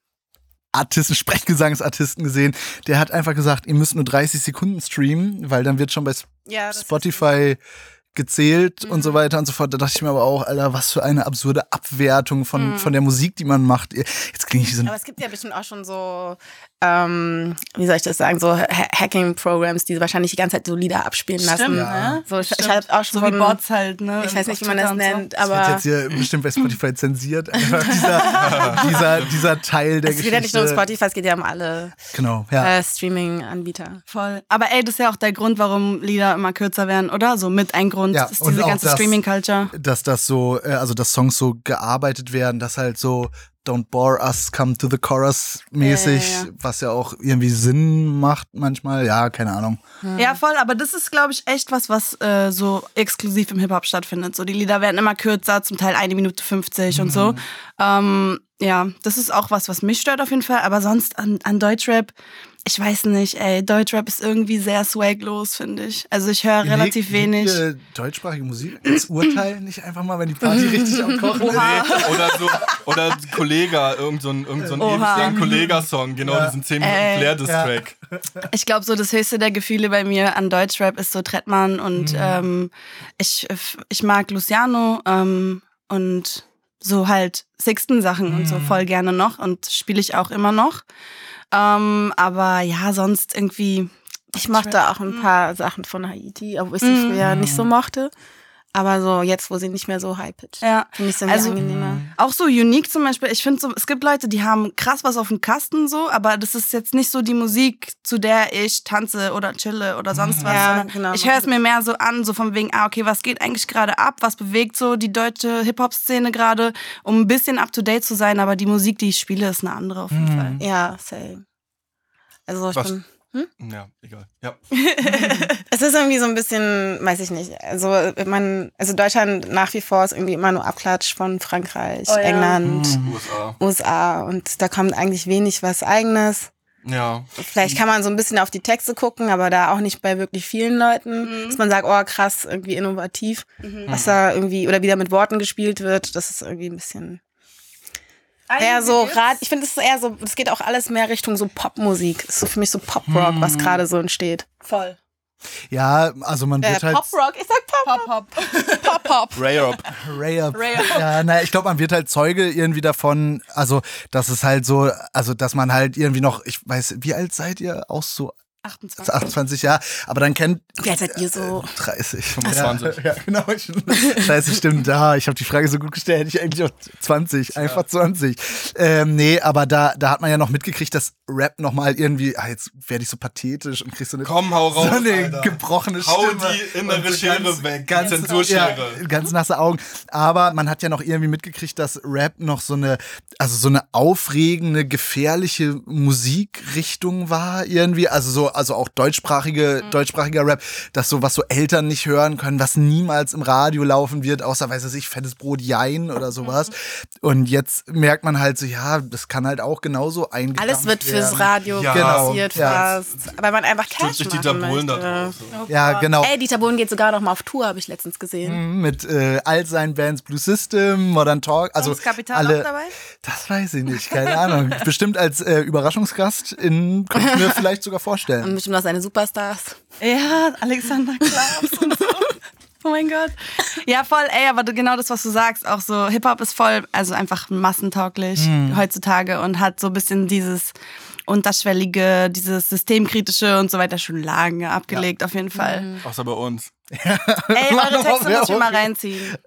Speaker 5: Artisten, [LAUGHS] Sprechgesangsartisten gesehen, der hat einfach gesagt, ihr müsst nur 30 Sekunden streamen, weil dann wird schon bei Sp-
Speaker 4: Ja, das Mhm.
Speaker 5: Spotify gezählt und so weiter und so fort. Da dachte ich mir aber auch, Alter, was für eine absurde Abwertung von,
Speaker 4: Mhm.
Speaker 5: von der Musik, die man macht. Jetzt klinge ich wie so ein
Speaker 2: Aber es gibt ja bestimmt auch schon so, ähm, wie soll ich das sagen, so Ha- Hacking-Programs, die wahrscheinlich die ganze Zeit so Lieder abspielen lassen.
Speaker 4: ne?
Speaker 2: So, ich, ich
Speaker 4: Stimmt.
Speaker 2: hab auch schon
Speaker 4: so wie
Speaker 2: von-
Speaker 4: Bots halt, ne?
Speaker 2: Ich weiß nicht, wie man
Speaker 4: Auf
Speaker 2: das
Speaker 4: Twitter und
Speaker 2: nennt,
Speaker 5: Das
Speaker 2: aber
Speaker 5: wird jetzt hier bestimmt bei Spotify zensiert. Einfach dieser, [LAUGHS] dieser, dieser Teil der
Speaker 2: es geht
Speaker 5: Geschichte.
Speaker 2: ja nicht nur um Spotify, es geht ja um alle
Speaker 5: Genau, ja.
Speaker 2: äh, Streaming-Anbieter.
Speaker 4: So. Voll. Aber ey, das ist ja auch der Grund, warum Lieder immer kürzer werden, oder? So mit ein Grund
Speaker 5: Ja,
Speaker 4: ist
Speaker 5: und
Speaker 4: diese
Speaker 5: auch
Speaker 4: ganze
Speaker 5: das-
Speaker 4: Streaming-Culture.
Speaker 5: Dass das so, äh, also dass Songs so gearbeitet werden, dass halt so Don't bore us, come to the chorus mäßig,
Speaker 4: Ja, ja, ja.
Speaker 5: was ja auch irgendwie Sinn macht manchmal. Ja, keine Ahnung.
Speaker 4: Ja, voll. Aber das ist, glaube ich, echt was, was äh, so exklusiv im Hip-Hop stattfindet. So die Lieder werden immer kürzer, zum Teil eine Minute 50 und
Speaker 5: Mhm.
Speaker 4: so. Ähm, ja, das ist auch was, was mich stört auf jeden Fall. Aber sonst an, an Deutschrap, ich weiß nicht, ey, Deutschrap ist irgendwie sehr swaglos, finde ich. Also ich höre relativ
Speaker 5: Legt-
Speaker 4: wenig.
Speaker 5: legt ihr äh, deutschsprachige Musik ins Urteil nicht einfach mal, wenn die Party richtig am
Speaker 2: [LAUGHS]
Speaker 5: Kochen ist.
Speaker 3: Nee, oder so, oder Kollega, irgend so ein, irgend so ein
Speaker 4: Oha.
Speaker 3: ewiger Kollega-Song, genau, diesen 10 Minuten Flair-Distrack.
Speaker 4: Ich glaube, so das höchste der Gefühle bei mir an Deutschrap ist so Trettmann und ähm, ich, ich mag Luciano ähm, und so halt Sixten-Sachen und so voll gerne noch und spiele ich auch immer noch. Ähm, aber ja, sonst irgendwie.
Speaker 2: Ich mm. mochte auch ein paar Sachen von Haiti, obwohl ich sie früher nicht so mochte. Aber so jetzt, wo sie nicht mehr so high-pitched
Speaker 4: Ja.
Speaker 2: finde ich sie also,
Speaker 4: Also-
Speaker 2: angenehmer.
Speaker 5: mm.
Speaker 4: Auch so unique zum Beispiel. Ich finde so, es gibt Leute, die haben krass was auf dem Kasten so, aber das ist jetzt nicht so die Musik, zu der ich tanze oder chille oder sonst was.
Speaker 2: Mhm. Ja,
Speaker 4: sondern
Speaker 2: genau.
Speaker 4: Ich höre es mir mehr so an, so von wegen, ah, okay, was geht eigentlich gerade ab? Was bewegt so die deutsche Hip-Hop-Szene gerade, um ein bisschen up to date zu sein, aber die Musik, die ich spiele, ist eine andere auf jeden
Speaker 2: Mhm.
Speaker 4: Fall.
Speaker 2: Ja, same. Also ich
Speaker 3: Was?
Speaker 2: bin.
Speaker 3: Ja, egal. Ja.
Speaker 2: Es ist irgendwie so ein bisschen, weiß ich nicht. Also man, also Deutschland nach wie vor ist irgendwie immer nur Abklatsch von Frankreich,
Speaker 4: Oh ja.
Speaker 5: Mm.
Speaker 2: England,
Speaker 3: USA.
Speaker 2: USA und da kommt eigentlich wenig was Eigenes.
Speaker 3: Ja.
Speaker 2: Vielleicht kann man so ein bisschen auf die Texte gucken, aber da auch nicht bei wirklich vielen Leuten, dass man sagt, oh krass, irgendwie innovativ, was da irgendwie oder wieder mit Worten gespielt wird. Das ist irgendwie ein bisschen eher so Rad. Ich finde, es ist eher so, es geht auch alles mehr Richtung so Popmusik. Ist so für mich so Poprock, was gerade so entsteht.
Speaker 4: Voll.
Speaker 5: Ja, also man
Speaker 2: Äh,
Speaker 5: wird halt.
Speaker 2: Poprock, ich sag Pop.
Speaker 4: Pop, pop. pop, pop.
Speaker 3: Rayop.
Speaker 5: Ray up. Ja, naja, ich glaube, man wird halt Zeuge irgendwie davon, also dass es halt so, also dass man halt irgendwie noch, ich weiß, wie alt seid ihr? Auch so
Speaker 4: 28.
Speaker 5: 28 Jahre, aber dann kennt
Speaker 2: Wie alt seid ihr so?
Speaker 5: 30.
Speaker 3: 25.
Speaker 5: Ja, ja genau. Ich, scheiße, stimmt. Da, ich habe die Frage so gut gestellt, hätte ich eigentlich auch 20, einfach 20. Ähm, nee, aber da, da hat man ja noch mitgekriegt, dass Rap nochmal irgendwie, ah, jetzt werde ich so pathetisch und kriegst so eine
Speaker 3: Komm, hau raus.
Speaker 5: so eine
Speaker 3: Alter.
Speaker 5: gebrochene
Speaker 3: Hau
Speaker 5: Stimme.
Speaker 3: die innere
Speaker 5: Und so
Speaker 3: Schere weg, die Zensurschere.
Speaker 5: Ja, ganz nasse Augen. Aber man hat ja noch irgendwie mitgekriegt, dass Rap noch so eine, also so eine aufregende, gefährliche Musikrichtung war irgendwie. Also so, also auch deutschsprachige,
Speaker 2: Mhm.
Speaker 5: deutschsprachiger Rap, dass so was so Eltern nicht hören können, was niemals im Radio laufen wird, außer weiß ich, fettes Brot Jein oder
Speaker 2: Mhm.
Speaker 5: sowas. Und jetzt merkt man halt so, ja, das kann halt auch genauso eingedampft
Speaker 2: Alles wird fürs
Speaker 5: werden.
Speaker 2: Radio
Speaker 3: Ja,
Speaker 2: produziert
Speaker 5: ja.
Speaker 2: fast. Aber man einfach
Speaker 3: Tut
Speaker 2: Cash
Speaker 3: sich Dieter
Speaker 2: machen
Speaker 3: Bohlen da
Speaker 2: möchte.
Speaker 3: drauf.
Speaker 5: Ja, genau.
Speaker 2: Ey, Dieter Bohlen geht sogar noch mal auf Tour, habe ich letztens gesehen.
Speaker 5: mit äh, all seinen Bands, Blue System, Modern Talk, also
Speaker 4: das Kapital
Speaker 5: alle,
Speaker 4: auch dabei?
Speaker 5: Das weiß ich nicht,
Speaker 4: [LAUGHS]
Speaker 5: keine Ahnung. Bestimmt als äh, Überraschungsgast in könnte ich mir vielleicht sogar
Speaker 2: Und
Speaker 4: Mhm.
Speaker 5: vorstellen.
Speaker 2: bestimmt noch seine Superstars.
Speaker 4: Ja, Alexander Klaas und so. Oh mein Gott. Ja, voll, ey, aber du- genau das, was du sagst, auch so Hip-Hop ist voll, also einfach massentauglich heutzutage und hat so ein bisschen dieses unterschwellige, dieses systemkritische und so weiter schon lange abgelegt, auf jeden Fall.
Speaker 3: Außer bei uns.
Speaker 4: Ey, [LAUGHS] eure
Speaker 5: Mach nochmal
Speaker 4: Texte muss ich
Speaker 5: Werbung.
Speaker 4: mal reinziehen.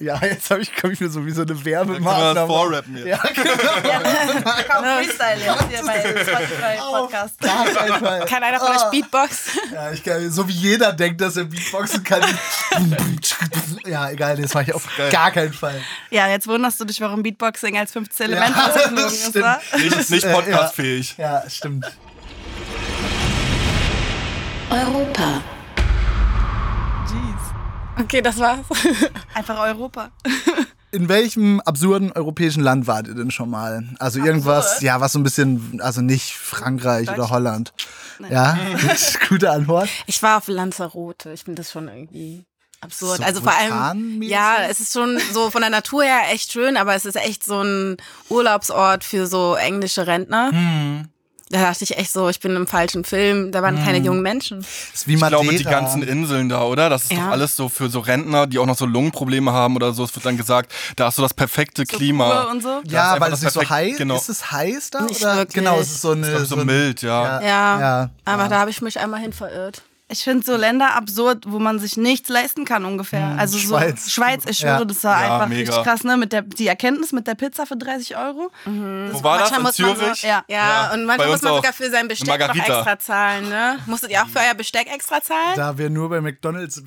Speaker 5: Ja, jetzt hab ich, komm ich mir so wie so eine
Speaker 3: Dann können wir das
Speaker 5: Werbemaßnahme.
Speaker 3: vorrappen jetzt.
Speaker 5: Ja, genau.
Speaker 4: Ja, [LAUGHS] komm, Freestyle jetzt hier bei Spotify
Speaker 5: genau.
Speaker 4: Podcast.
Speaker 5: Gar kein Fall.
Speaker 2: Kann einer von euch Beatbox?
Speaker 5: Ja, ich kann, so wie jeder denkt, dass er Beatboxen kann. ja, egal, nee, das mache ich auf gar keinen Fall.
Speaker 4: Ja, jetzt wunderst du dich, warum Beatboxing als 15 Element
Speaker 5: Ja,
Speaker 4: ausgeflogen
Speaker 5: das
Speaker 4: ist,
Speaker 5: [LAUGHS] stimmt.
Speaker 4: wa?
Speaker 3: Nicht, nicht
Speaker 5: Äh, ja.
Speaker 3: podcastfähig.
Speaker 5: Ja, stimmt.
Speaker 1: Europa.
Speaker 2: Okay, das war's. [LAUGHS]
Speaker 4: Einfach Europa.
Speaker 5: In welchem absurden europäischen Land wart ihr denn schon mal? Also irgendwas, ja, was so ein bisschen, also nicht Frankreich oder Holland.
Speaker 2: [LAUGHS]
Speaker 5: Ja, [LAUGHS] gute Antwort.
Speaker 2: Ich war auf Lanzarote. Ich finde das schon irgendwie absurd.
Speaker 5: So
Speaker 2: also vor allem,
Speaker 5: vulkanmäßig?
Speaker 2: ja, es ist schon so von der Natur her echt schön, aber es ist echt so ein Urlaubsort für so englische Rentner.
Speaker 3: Hm.
Speaker 2: Da dachte ich echt so, ich bin im falschen Film. Da waren keine jungen Menschen.
Speaker 5: Ist wie
Speaker 3: Ich
Speaker 5: Madeira.
Speaker 3: glaube, die ganzen Inseln da, oder? Das ist
Speaker 2: Ja.
Speaker 3: doch alles so für so Rentner, die auch noch so Lungenprobleme haben oder so. Es wird dann gesagt, da hast du das perfekte Klima.
Speaker 4: Ruhe [LAUGHS] und so.
Speaker 3: Da hast
Speaker 5: ja,
Speaker 3: du
Speaker 5: weil
Speaker 3: einfach
Speaker 5: es nicht
Speaker 3: das
Speaker 5: so
Speaker 3: perfekte-
Speaker 5: heiß
Speaker 3: Genau.
Speaker 5: Ist es heiß da?
Speaker 2: Nicht
Speaker 5: oder?
Speaker 2: wirklich.
Speaker 5: Genau, es ist so
Speaker 3: Ich
Speaker 5: eine.
Speaker 3: glaub, so mild, ja.
Speaker 2: Ja, Ah.
Speaker 5: Ja.
Speaker 2: aber da habe ich mich einmal hin verirrt.
Speaker 4: Ich finde so Länder absurd, wo man sich nichts leisten kann ungefähr. Also so
Speaker 5: Schweiz.
Speaker 4: Schweiz, ich schwöre,
Speaker 5: Ja.
Speaker 4: das war
Speaker 3: Ja,
Speaker 4: einfach
Speaker 3: mega.
Speaker 4: richtig krass, ne? Mit der, die Erkenntnis mit der Pizza für 30 Euro.
Speaker 3: Wo war das?
Speaker 2: manchmal
Speaker 3: In
Speaker 2: muss man
Speaker 3: Zürich?
Speaker 2: So, ja. ja,
Speaker 3: Ja,
Speaker 2: und
Speaker 3: bei
Speaker 2: manchmal
Speaker 3: uns
Speaker 2: muss man
Speaker 3: auch.
Speaker 2: sogar für sein
Speaker 3: Eine
Speaker 2: Besteck noch
Speaker 3: Margarita.
Speaker 2: extra zahlen, ne? Musstet ihr auch für euer Besteck extra zahlen?
Speaker 5: Da wir nur bei McDonalds [LAUGHS]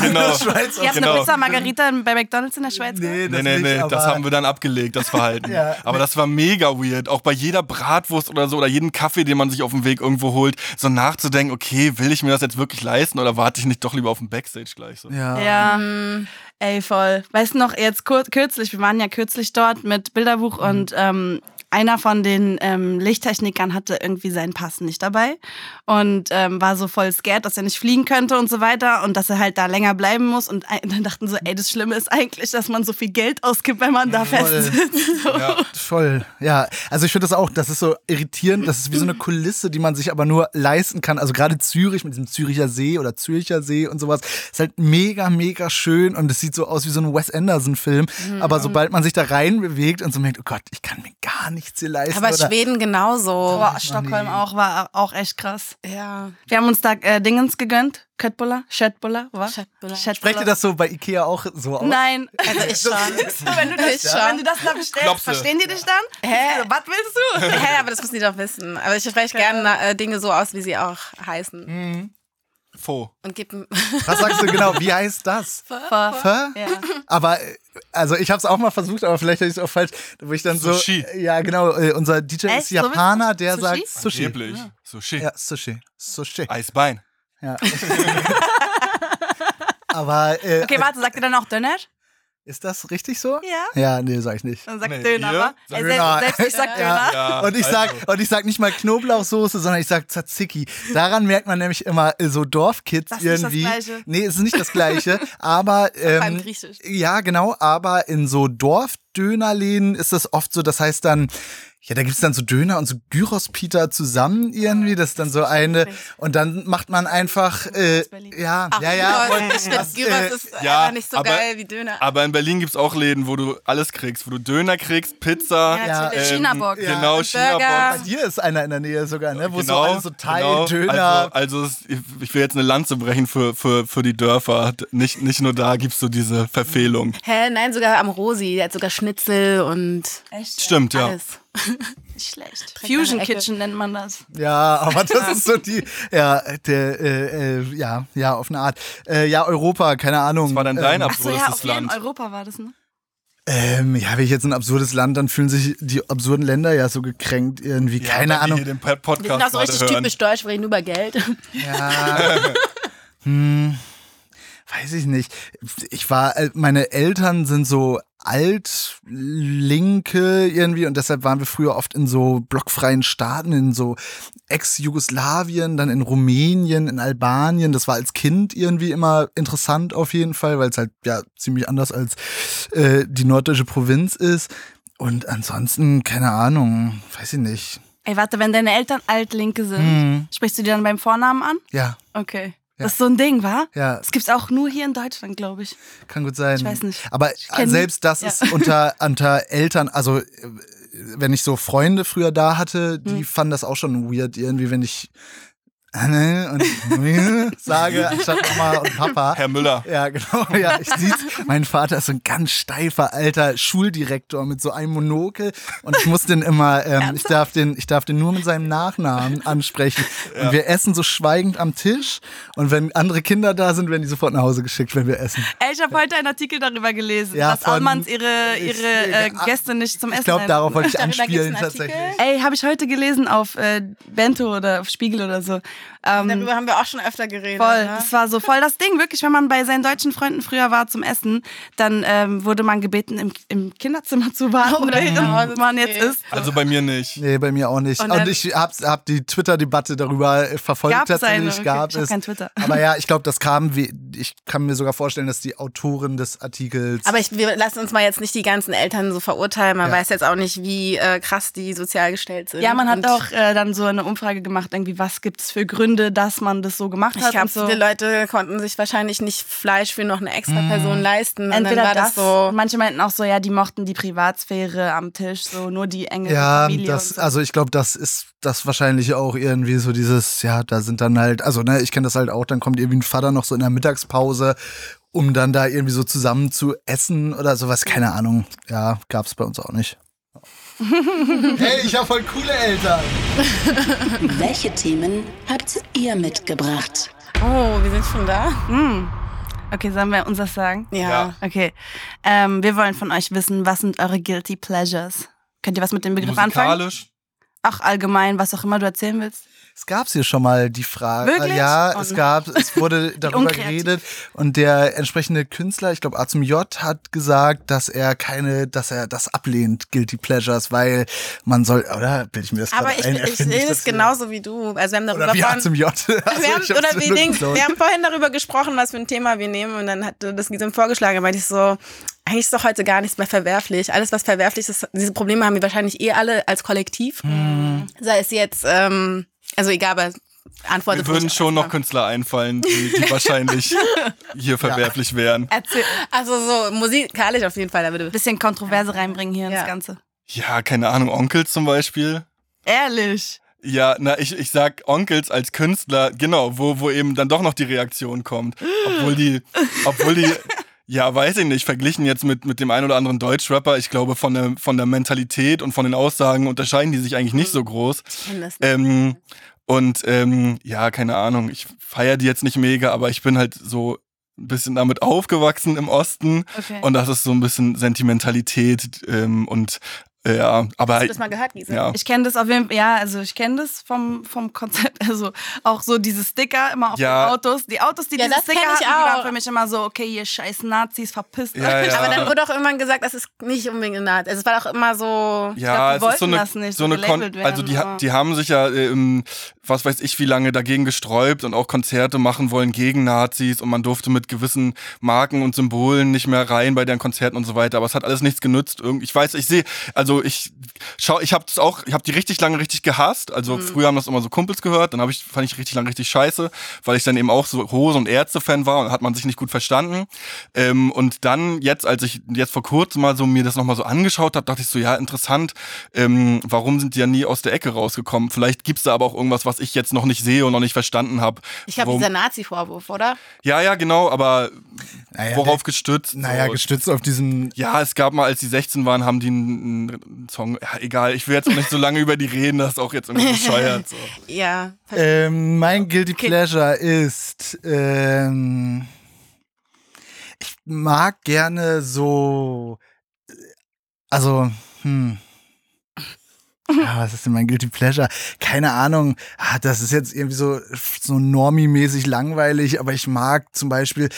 Speaker 3: [LAUGHS] Genau.
Speaker 5: Schweiz
Speaker 4: Ihr habt
Speaker 3: Genau.
Speaker 4: eine Pizza Margarita bei McDonalds in der Schweiz?
Speaker 5: Nee, [LAUGHS] das
Speaker 3: Nee, nee,
Speaker 5: nicht,
Speaker 3: nee,
Speaker 5: aber
Speaker 3: das haben wir dann abgelegt, das Verhalten.
Speaker 5: [LAUGHS] Ja.
Speaker 3: Aber das war mega weird. Auch bei jeder Bratwurst oder so oder jedem Kaffee, den man sich auf dem Weg irgendwo holt, so nachzudenken, okay, will ich mir das jetzt wirklich leisten oder warte ich nicht doch lieber auf dem Backstage gleich so?
Speaker 5: Ja.
Speaker 4: Ja. Ey, voll. Weißt du noch, jetzt kur kürzlich, wir waren ja kürzlich dort mit Bilderbuch und ähm, einer von den ähm, Lichttechnikern hatte irgendwie seinen Pass nicht dabei und ähm, war so voll scared, dass er nicht fliegen könnte und so weiter und dass er halt da länger bleiben muss. Und ein- [LAUGHS] dann dachten so, ey, das Schlimme ist eigentlich, dass man so viel Geld ausgibt, wenn man da
Speaker 5: Voll.
Speaker 4: [LAUGHS] fest sitzt. So.
Speaker 5: Voll, ja. Also ich finde das auch, das ist so irritierend, das ist wie so
Speaker 4: Mhm.
Speaker 5: eine Kulisse, die man sich aber nur leisten kann. Also gerade Zürich mit diesem Züricher See oder Zürcher See und sowas, ist halt mega, mega schön und es sieht so aus wie so ein Wes Anderson-Film.
Speaker 4: Mhm,
Speaker 5: Aber sobald man sich da rein bewegt und so merkt, oh Gott, ich kann mir gar nichts hier leisten.
Speaker 2: aber
Speaker 5: oder,
Speaker 2: Schweden genauso.
Speaker 4: Boah, Stockholm auch, war auch echt krass.
Speaker 2: Ja.
Speaker 4: Wir haben uns da äh, Dingens gegönnt, Köttbullar, Schöttbullar, was?
Speaker 2: Schöttbullar.
Speaker 5: Sprecht ihr das so bei Ikea auch so aus?
Speaker 4: Nein.
Speaker 2: Also ich schon. Wenn du das
Speaker 4: Wenn du das da bestellst,
Speaker 3: Klopse.
Speaker 4: verstehen die dich dann? Also,
Speaker 2: Hä?
Speaker 4: Was willst du?
Speaker 2: [LAUGHS]
Speaker 5: [LAUGHS]
Speaker 2: Hä, aber das müssen die doch wissen. Aber ich spreche gerne äh, Dinge so aus, wie sie auch
Speaker 5: Hm.
Speaker 2: heißen.
Speaker 3: Faux.
Speaker 2: Und gib [LAUGHS] ein-
Speaker 5: Was sagst du genau? Wie heißt das? Pfeffer? Aber äh, also ich habe es auch mal versucht, aber vielleicht habe ich es auch falsch, wo ich dann so
Speaker 3: Sushi.
Speaker 5: ja genau, äh, unser DJ
Speaker 4: Echt?
Speaker 5: ist Japaner, der
Speaker 4: Sushi?
Speaker 5: sagt Sushi.
Speaker 3: Angeblich. Sushi.
Speaker 5: Ja, Sushi. Sushi.
Speaker 3: Eisbein.
Speaker 4: [LAUGHS]
Speaker 5: Ja. [LAUGHS] aber äh,
Speaker 4: Okay, warte, sagt ihr dann auch Döner?
Speaker 5: ist das richtig so?
Speaker 4: Ja.
Speaker 5: Ja, nee, sag ich nicht.
Speaker 4: Dann sagt
Speaker 3: Nee,
Speaker 4: Döner,
Speaker 3: ihr?
Speaker 4: wa?
Speaker 3: Sagt
Speaker 4: Ey, selbst,
Speaker 5: Döner.
Speaker 4: selbst ich sag
Speaker 5: Ja.
Speaker 4: Döner.
Speaker 3: Ja,
Speaker 5: und ich sag
Speaker 3: also.
Speaker 5: und ich sag nicht mal Knoblauchsoße, sondern ich sag Tzatziki. Daran merkt man nämlich immer äh, so Dorfkids
Speaker 4: Das ist nicht das
Speaker 5: irgendwie.
Speaker 4: Gleiche.
Speaker 5: Nee, es ist nicht das gleiche, [LAUGHS] aber ähm,
Speaker 2: allem griechisch.
Speaker 5: ja, genau, aber in so Dorfdönerläden ist das oft so, das heißt dann ja, da gibt's dann so Döner und so Gyrospita zusammen irgendwie, Ah, das ist dann so eine und dann macht man einfach äh, ja, ja, ja,
Speaker 2: Gyros. [LAUGHS]
Speaker 5: und
Speaker 2: Ich finde,
Speaker 5: das,
Speaker 2: Gyros
Speaker 5: äh, Ah.
Speaker 2: ist
Speaker 3: ja,
Speaker 2: ja, nicht so
Speaker 3: aber-
Speaker 2: geil wie Döner.
Speaker 3: Aber in Berlin gibt's auch Läden, wo du alles kriegst, wo du Döner kriegst, Pizza,
Speaker 5: Ja.
Speaker 4: natürlich. China-Box.
Speaker 3: ähm, genau,
Speaker 5: Bei
Speaker 3: China-Box.
Speaker 2: Burger.
Speaker 5: dir ist einer in der Nähe sogar, ne? Wo
Speaker 3: genau,
Speaker 5: so alles so Thai,
Speaker 3: genau.
Speaker 5: Döner.
Speaker 3: Also, also es- ich will jetzt eine Lanze brechen für, für, für die Dörfer. Nicht, nicht nur da gibt's so diese Verfehlung.
Speaker 2: Hä, nein, sogar am Rosi. Der hat sogar Schnitzel und
Speaker 4: Echt?
Speaker 3: Stimmt, ja.
Speaker 5: [LAUGHS]
Speaker 2: alles.
Speaker 4: Nicht schlecht. Fusion
Speaker 2: Ecke.
Speaker 4: Kitchen nennt man das.
Speaker 5: ja, aber das ist so die, ja, der, äh, äh, ja, ja, auf eine Art. Äh, ja, Europa, keine Ahnung.
Speaker 3: Was war denn dein
Speaker 4: Achso,
Speaker 3: absurdes
Speaker 4: ja, auf jeden
Speaker 3: Land?
Speaker 4: Europa war das, ne?
Speaker 5: Ähm, ja, wenn ich jetzt ein absurdes Land, dann fühlen sich die absurden Länder ja so gekränkt irgendwie.
Speaker 3: Ja,
Speaker 5: keine
Speaker 3: wenn die Hier
Speaker 5: Ahnung.
Speaker 3: den Pod- Podcast
Speaker 2: Wir sind auch so
Speaker 3: gerade
Speaker 2: richtig
Speaker 3: hören.
Speaker 2: typisch deutsch, wir reden nur über Geld. [LAUGHS]
Speaker 5: Ja. hm. Weiß ich nicht. Ich war, äh, meine Eltern sind so altlinke irgendwie und deshalb waren wir früher oft in so blockfreien Staaten, in so Ex-Jugoslawien, dann in Rumänien, in Albanien. Das war als Kind irgendwie immer interessant auf jeden Fall, weil es halt ja ziemlich anders als äh, die norddeutsche Provinz ist. Und ansonsten, keine Ahnung, weiß ich nicht. Hm.
Speaker 4: Ey, warte, wenn deine Eltern Altlinke sind, sprichst du die dann beim Vornamen an?
Speaker 5: Ja,
Speaker 4: Okay. Das ist so ein Ding, wa?
Speaker 5: Ja.
Speaker 4: Das gibt's auch nur hier in Deutschland, glaube ich.
Speaker 5: Kann gut sein. Ich
Speaker 4: weiß nicht.
Speaker 5: Aber
Speaker 4: kenn-
Speaker 5: selbst das
Speaker 4: Ja.
Speaker 5: ist unter, unter Eltern, also äh, wenn ich so Freunde früher da hatte, die
Speaker 4: Mhm.
Speaker 5: fanden das auch schon weird irgendwie, wenn ich Anne und [LAUGHS] sage, anstatt Mama und Papa.
Speaker 3: Herr Müller.
Speaker 5: Ja, genau. Ja, ich sieht's. Mein Vater ist so ein ganz steifer alter Schuldirektor mit so einem Monokel und ich muss den immer, ähm, ich darf den, ich darf den nur mit seinem Nachnamen ansprechen. Und wir essen so schweigend am Tisch und wenn andere Kinder da sind, werden die sofort nach Hause geschickt, wenn wir essen.
Speaker 4: Ey, ich habe heute einen Artikel darüber gelesen,
Speaker 5: Ja,
Speaker 4: dass
Speaker 5: von-
Speaker 4: Almans ihre,
Speaker 5: ich-
Speaker 4: ihre äh,
Speaker 5: ah,
Speaker 4: Gäste nicht zum Essen
Speaker 5: Ich glaube, darauf
Speaker 4: [LAUGHS]
Speaker 5: wollte ich
Speaker 2: Darüber gibt's
Speaker 5: anspielen
Speaker 2: einen Artikel.
Speaker 5: tatsächlich.
Speaker 4: Ey, habe ich heute gelesen auf äh, Bento oder auf Spiegel oder so. Ähm,
Speaker 2: Darüber haben wir auch schon öfter geredet.
Speaker 4: voll,
Speaker 2: Ne?
Speaker 4: das war so voll das Ding. Wirklich, wenn man bei seinen deutschen Freunden früher war zum Essen, dann ähm, wurde man gebeten, im, im Kinderzimmer zu
Speaker 5: Oh,
Speaker 4: warten,
Speaker 2: Oder
Speaker 4: während
Speaker 2: nach Hause zu
Speaker 4: man jetzt
Speaker 2: gehen.
Speaker 4: ist.
Speaker 3: Also bei mir nicht.
Speaker 5: Nee, bei mir auch nicht.
Speaker 4: Und
Speaker 5: Und,
Speaker 4: dann-
Speaker 5: ich hab, hab die Twitter-Debatte darüber äh, verfolgt
Speaker 4: Gab es
Speaker 5: tatsächlich.
Speaker 4: eine? Okay,
Speaker 5: Gab
Speaker 4: ich hab
Speaker 5: es.
Speaker 4: kein Twitter. [LAUGHS]
Speaker 5: Aber ja, ich glaube, das kam, wie, ich kann mir sogar vorstellen, dass die Autorin des Artikels.
Speaker 2: Aber ich, wir lassen uns mal jetzt nicht die ganzen Eltern so verurteilen. Man
Speaker 5: Ja.
Speaker 2: weiß jetzt auch nicht, wie äh, krass die sozial gestellt sind.
Speaker 4: Ja, man hat
Speaker 2: Und
Speaker 4: auch äh, dann so eine Umfrage gemacht, irgendwie, was gibt es für Gründe, dass man das so gemacht
Speaker 2: Ich
Speaker 4: hat.
Speaker 2: glaube,
Speaker 4: Halt und so.
Speaker 2: viele Leute konnten sich wahrscheinlich nicht Fleisch für noch eine extra Person leisten. Und
Speaker 4: Mhm. Entweder
Speaker 2: dann war das,
Speaker 4: das,
Speaker 2: so.
Speaker 4: manche meinten auch so, ja, die mochten die Privatsphäre am Tisch, so nur die enge
Speaker 5: ja,
Speaker 4: Familie.
Speaker 5: das,
Speaker 4: und so.
Speaker 5: also ich glaube, das ist das wahrscheinlich auch irgendwie so dieses, ja, da sind dann halt, also ne, ich kenne das halt auch, dann kommt irgendwie ein Vater noch so in der Mittagspause, um dann da irgendwie so zusammen zu essen oder sowas, keine Ahnung. Ja, gab's bei uns
Speaker 4: [LAUGHS]
Speaker 5: auch nicht. hey, ich habe voll coole Eltern.
Speaker 1: Welche Themen habt ihr mitgebracht?
Speaker 2: Oh, wir sind schon da.
Speaker 4: Okay, sollen wir uns das sagen?
Speaker 2: Ja.
Speaker 3: Ja.
Speaker 4: Okay. Ähm, wir wollen von euch wissen, was sind eure Guilty Pleasures? Könnt ihr was mit dem Begriff anfangen?
Speaker 3: Musikalisch.
Speaker 4: Auch allgemein, was auch immer du erzählen willst.
Speaker 5: Es gab hier schon mal die Frage.
Speaker 4: Wirklich?
Speaker 5: Ja,
Speaker 4: Oh
Speaker 5: es
Speaker 4: nein.
Speaker 5: gab,
Speaker 2: [LAUGHS]
Speaker 5: es wurde darüber
Speaker 4: unkreativ.
Speaker 5: geredet und der entsprechende Künstler, ich glaube Azum J, hat gesagt, dass er keine, dass er das ablehnt, Guilty Pleasures, weil man soll, oder bilde Also ich mir das gerade
Speaker 2: Aber ich,
Speaker 5: ein?
Speaker 2: ich
Speaker 5: Erfinde
Speaker 2: sehe das
Speaker 5: das hier?
Speaker 2: genauso wie du. Also wir haben darüber
Speaker 5: Oder wie
Speaker 2: vorhin,
Speaker 5: Azum J. [LAUGHS] Also,
Speaker 2: wir haben,
Speaker 5: ich hab's
Speaker 2: oder wie
Speaker 5: nur
Speaker 2: Dings,
Speaker 5: geklaut.
Speaker 2: wir haben vorhin darüber gesprochen, was für ein Thema wir nehmen. Und dann hatte das Gisem vorgeschlagen. Da meinte ich so, eigentlich ist doch heute gar nichts mehr verwerflich. Alles, was verwerflich ist, diese Probleme haben wir wahrscheinlich eh alle als Kollektiv. Sei es jetzt, ähm, also egal, aber Antworte
Speaker 3: Mir würden schon noch Künstler einfallen, die,
Speaker 2: [LAUGHS]
Speaker 3: die wahrscheinlich hier verwerflich wären.
Speaker 4: Erzähl.
Speaker 2: Also so musikalisch auf jeden Fall. Da würde
Speaker 4: Bisschen Kontroverse reinbringen hier ins
Speaker 2: Ja.
Speaker 4: Ganze.
Speaker 3: Ja, keine Ahnung, Onkels zum Beispiel.
Speaker 4: Ehrlich.
Speaker 3: Ja, na, ich, ich sag Onkels als Künstler, genau, wo, wo eben dann doch noch die Reaktion kommt. Obwohl die, obwohl die, ja, weiß ich nicht, verglichen jetzt mit, mit dem einen oder anderen Deutschrapper, ich glaube, von der, von der Mentalität und von den Aussagen unterscheiden die sich eigentlich nicht so groß.
Speaker 2: kenn das nicht.
Speaker 3: Ähm, und ähm, ja, keine Ahnung, ich feier die jetzt nicht mega, aber ich bin halt so ein bisschen damit aufgewachsen im Osten.
Speaker 4: Okay.
Speaker 3: Und das ist so ein bisschen Sentimentalität ähm, und äh, ja, aber
Speaker 2: Hast du das mal gehört, Lisa?
Speaker 3: ja.
Speaker 4: ich kenne das auf jeden Fall, ja, also ich kenne das vom, vom Konzept, [LAUGHS] also auch so diese Sticker immer auf
Speaker 3: Ja.
Speaker 4: den Autos. Die Autos, die
Speaker 2: Ja,
Speaker 4: diese
Speaker 2: das kenn
Speaker 4: Sticker hatten,
Speaker 2: ich
Speaker 4: die waren
Speaker 2: auch.
Speaker 4: für mich immer so, okay, ihr scheiß Nazis, verpisst
Speaker 3: Ja,
Speaker 4: euch.
Speaker 2: [LAUGHS]
Speaker 3: ja.
Speaker 2: Aber dann wurde auch irgendwann gesagt, das ist nicht unbedingt eine Art. Also es war doch immer so.
Speaker 3: Ja,
Speaker 4: Ich glaub, die
Speaker 3: es ist so
Speaker 4: wollten
Speaker 3: eine,
Speaker 4: das nicht,
Speaker 3: so eine
Speaker 4: so
Speaker 3: Kon
Speaker 4: gelabelt werden,
Speaker 3: also die, ha-
Speaker 4: aber-
Speaker 3: die haben sich ja, äh, im, was weiß ich, wie lange dagegen gesträubt und auch Konzerte machen wollen gegen Nazis und man durfte mit gewissen Marken und Symbolen nicht mehr rein bei deren Konzerten und so weiter. Aber es hat alles nichts genützt. Irgend- Ich weiß, ich sehe, also ich schau, ich habe das auch, ich habe die richtig lange richtig gehasst. Also
Speaker 4: Mhm.
Speaker 3: früher haben das immer so Kumpels gehört, dann habe ich fand ich richtig lange richtig scheiße, weil ich dann eben auch so Hose und Ärzte Fan war und hat man sich nicht gut verstanden. Ähm, und dann jetzt, als ich jetzt vor kurzem mal so mir das nochmal so angeschaut habe, dachte ich so, ja, interessant, ähm, warum sind die ja nie aus der Ecke rausgekommen? Vielleicht gibt's da aber auch irgendwas, was ich jetzt noch nicht sehe und noch nicht verstanden habe.
Speaker 2: Ich glaube, dieser Nazi-Vorwurf, oder?
Speaker 3: Ja, ja, genau, aber
Speaker 5: Naja,
Speaker 3: worauf
Speaker 5: der-
Speaker 3: gestützt?
Speaker 5: Naja,
Speaker 3: So.
Speaker 5: gestützt auf diesen.
Speaker 3: Ja, es gab mal, als die 16 waren, haben die einen, einen Song. Ja, egal, ich will jetzt auch nicht so lange über die reden, das ist auch jetzt irgendwie bescheuert. So.
Speaker 2: Ja.
Speaker 5: Ähm, mein Guilty Pleasure ist. Ähm, ich mag gerne so. Also,
Speaker 4: [LAUGHS]
Speaker 5: hm. Ja, was ist denn mein Guilty Pleasure? Keine Ahnung. Ah, das ist jetzt irgendwie so, so normi-mäßig langweilig, aber ich mag zum Beispiel,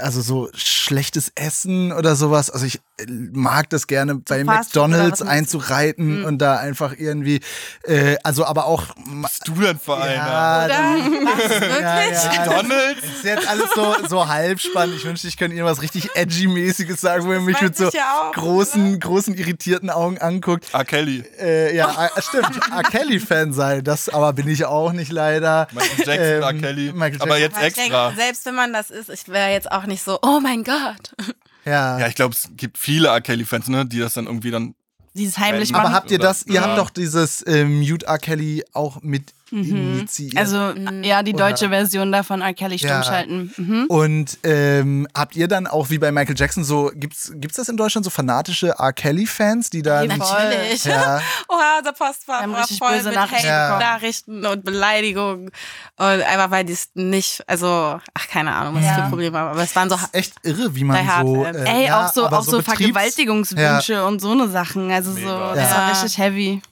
Speaker 5: also so schlechtes Essen oder sowas. Also ich mag das gerne bei
Speaker 4: Fast Food oder was
Speaker 5: McDonalds
Speaker 4: Hm.
Speaker 5: einzureiten und da einfach irgendwie, äh, also aber auch.
Speaker 3: Bist du denn für einer?
Speaker 5: Ja,
Speaker 2: [LAUGHS] Wirklich?
Speaker 5: ja, ja.
Speaker 3: McDonalds?
Speaker 5: Das ist jetzt alles so, so halb spannend. Ich wünschte, ich könnte irgendwas richtig edgy-mäßiges sagen, wo ihr mich
Speaker 2: meinte
Speaker 5: mit so
Speaker 2: ich ja auch,
Speaker 5: großen, großen, irritierten Augen anguckt.
Speaker 3: Ah, Kelly.
Speaker 5: Äh, ja, ah,
Speaker 2: [LAUGHS]
Speaker 5: stimmt. R. Kelly-Fan sein, das aber bin ich auch nicht leider.
Speaker 3: Michael Jackson,
Speaker 5: Ähm,
Speaker 3: R. Kelly.
Speaker 5: Michael
Speaker 3: Aber
Speaker 5: Jackson.
Speaker 3: jetzt
Speaker 2: Ich
Speaker 3: extra.
Speaker 2: denke, selbst wenn man das ist, ich wäre jetzt auch nicht so, oh mein Gott.
Speaker 5: Ja.
Speaker 3: Ja, ich glaube, es gibt viele R. Kelly-Fans, ne, die das dann irgendwie dann.
Speaker 4: Dieses heimlich
Speaker 3: Wenn-
Speaker 5: aber
Speaker 4: machen.
Speaker 5: habt ihr
Speaker 3: Oder-
Speaker 5: das, ihr
Speaker 3: Ja.
Speaker 5: habt doch dieses äh, Mute R. Kelly auch mit
Speaker 2: Mhm.
Speaker 5: initiiert.
Speaker 4: Also, ja, die deutsche Version davon, R. Kelly
Speaker 5: Ja.
Speaker 4: stummschalten. Mhm.
Speaker 5: Und ähm, habt ihr dann auch wie bei Michael Jackson so, gibt's, gibt's das in Deutschland so fanatische R. Kelly-Fans, die dann.
Speaker 2: Natürlich.
Speaker 5: Ja.
Speaker 2: [LAUGHS] Oha, unser Postfach
Speaker 4: haben
Speaker 2: war
Speaker 4: richtig
Speaker 2: voll
Speaker 4: böse
Speaker 2: mit
Speaker 4: Nachrichten
Speaker 5: bekommen.
Speaker 2: Nachrichten und Beleidigungen. Und einfach weil die es nicht, also, ach, keine Ahnung, was das für ein Problem war. Aber es waren so
Speaker 5: Das ist echt irre, wie man
Speaker 2: Die Hard
Speaker 5: so.
Speaker 2: Fans.
Speaker 5: Äh,
Speaker 4: Ey,
Speaker 5: ja,
Speaker 4: auch so,
Speaker 5: aber
Speaker 4: auch so,
Speaker 5: Betriebs-
Speaker 4: Vergewaltigungswünsche und so ne Sachen. Also so,
Speaker 3: Mega.
Speaker 4: das
Speaker 2: Ja.
Speaker 4: war richtig heavy.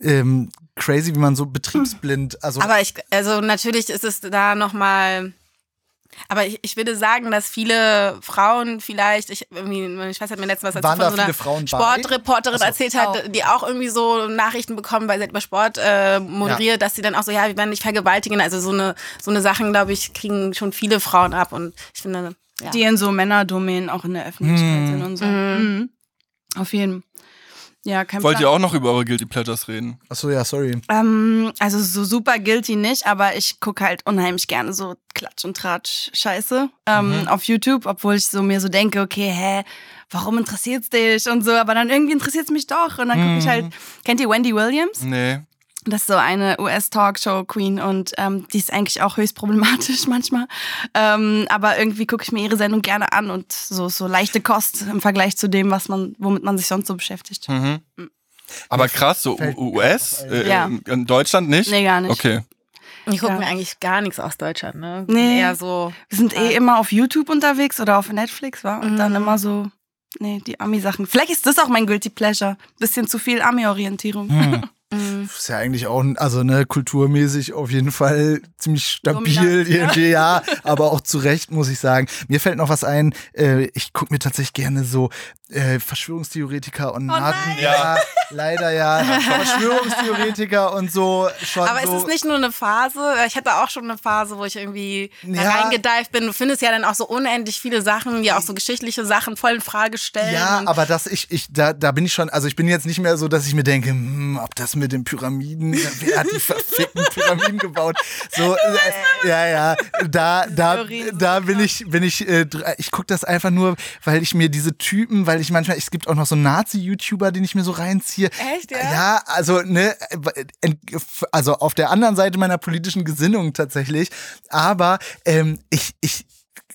Speaker 5: ähm, crazy, wie man so betriebsblind. Also
Speaker 2: Aber ich, also natürlich ist es da nochmal. Aber ich, ich würde sagen, dass viele Frauen vielleicht, ich, irgendwie, meine Schwester hat mir letztens was
Speaker 5: Waren
Speaker 2: erzählt
Speaker 5: da
Speaker 2: von so einer
Speaker 5: viele Frauen bei?
Speaker 2: Sportreporterin erzählt hat, die auch irgendwie so Nachrichten bekommen, weil sie halt über Sport äh, moderiert, dass sie dann auch so, ja, wir werden dich vergewaltigen. Also so eine, so eine Sachen, glaube ich, kriegen schon viele Frauen ab. Und ich finde, ja.
Speaker 4: Die in so Männerdomänen auch in der Öffentlichkeit sind und so. Mhm. Auf jeden Fall. Ja, kein
Speaker 3: Wollt
Speaker 4: Plan.
Speaker 3: ihr auch noch über eure Guilty Pleasures reden?
Speaker 5: achso, ja, sorry.
Speaker 4: Ähm, also so super guilty nicht, aber ich gucke halt unheimlich gerne so Klatsch und Tratsch Scheiße ähm, auf YouTube, obwohl ich so mir so denke, okay, hä, warum interessiert's dich und so, aber dann irgendwie interessiert's mich doch und dann gucke ich halt. Kennt ihr Wendy Williams?
Speaker 3: Nee.
Speaker 4: Das ist so eine US-Talkshow-Queen und ähm, die ist eigentlich auch höchst problematisch [LAUGHS] manchmal. Ähm, aber irgendwie gucke ich mir ihre Sendung gerne an und so ist so leichte Kost im Vergleich zu dem, was man, womit man sich sonst so beschäftigt.
Speaker 3: Aber krass, so
Speaker 5: Fällt
Speaker 3: U- US? Äh,
Speaker 4: Ja.
Speaker 3: in- In Deutschland nicht?
Speaker 4: Nee, gar nicht.
Speaker 3: Okay.
Speaker 2: ich gucke
Speaker 4: Ja.
Speaker 2: mir eigentlich gar nichts aus Deutschland, ne?
Speaker 4: Nee.
Speaker 2: Eher
Speaker 4: [LAUGHS]
Speaker 2: so.
Speaker 4: Wir sind eh immer auf YouTube unterwegs oder auf Netflix, war Und
Speaker 2: Mhm.
Speaker 4: dann immer so, nee, die Ami-Sachen. Vielleicht ist das auch mein Guilty Pleasure. Bisschen zu viel Ami-Orientierung.
Speaker 5: Hm.
Speaker 4: [LAUGHS]
Speaker 5: Ist ja eigentlich auch, ein- also ne, kulturmäßig auf jeden Fall ziemlich stabil
Speaker 4: Dominant, ja.
Speaker 5: irgendwie, ja. aber auch zu Recht, muss ich sagen. Mir fällt noch was ein, äh, ich gucke mir tatsächlich gerne so äh, Verschwörungstheoretiker und Naten, ja, leider ja, Verschwörungstheoretiker und so schon
Speaker 2: Aber
Speaker 5: so,
Speaker 2: es ist nicht nur eine Phase. Ich hatte auch schon eine Phase, wo ich irgendwie da
Speaker 5: Ja.
Speaker 2: reingedeift bin. Du findest ja dann auch so unendlich viele Sachen, die auch so geschichtliche Sachen voll in Frage stellen.
Speaker 5: Ja,
Speaker 2: und
Speaker 5: aber das, ich, ich, da, da bin ich schon, also ich bin jetzt nicht mehr so, dass ich mir denke, hm, ob das mit den Pyramiden, wer hat die verfickten Pyramiden gebaut? So, äh, ja, ja, da, da, da bin ich, bin ich, äh, dr- ich guck das einfach nur, weil ich mir diese Typen, weil ich manchmal, es gibt auch noch so Nazi-YouTuber, den ich mir so reinziehe.
Speaker 2: Echt, ja?
Speaker 5: Ja, also, ne, äh, ent- also auf der anderen Seite meiner politischen Gesinnung tatsächlich, aber ähm, ich, ich,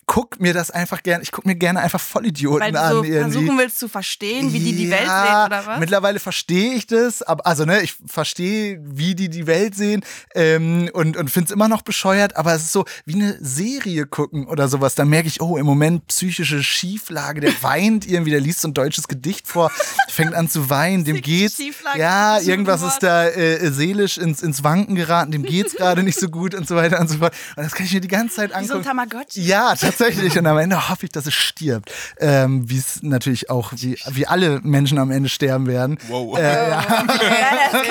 Speaker 5: Guck mir das einfach gerne, ich guck mir gerne einfach Vollidioten
Speaker 4: Weil du
Speaker 5: an.
Speaker 4: so
Speaker 5: irgendwie.
Speaker 4: versuchen willst zu verstehen, wie die die Welt
Speaker 5: Ja,
Speaker 4: sehen oder was?
Speaker 5: Mittlerweile verstehe ich das, aber also ne, ich verstehe, wie die die Welt sehen ähm, und und finde es immer noch bescheuert, aber es ist so wie eine Serie gucken oder sowas. Dann merke ich, oh, im Moment psychische Schieflage. Der weint irgendwie, der liest so ein deutsches Gedicht vor, fängt an zu weinen, dem geht's.
Speaker 4: Schieflage,
Speaker 5: Ja,
Speaker 4: das ist ein
Speaker 5: irgendwas
Speaker 4: Wort.
Speaker 5: ist da äh, seelisch ins ins Wanken geraten, dem geht's gerade nicht so gut und so weiter und so fort. Und das kann ich mir die ganze Zeit
Speaker 4: Wie so ein
Speaker 5: angucken.
Speaker 4: Tamagotchi.
Speaker 5: Ja, tatsächlich. Und am Ende hoffe ich, dass es stirbt. Ähm, wie es natürlich auch, wie, wie alle Menschen am Ende sterben werden. Äh,
Speaker 3: Wow. [LAUGHS]
Speaker 5: [LAUGHS]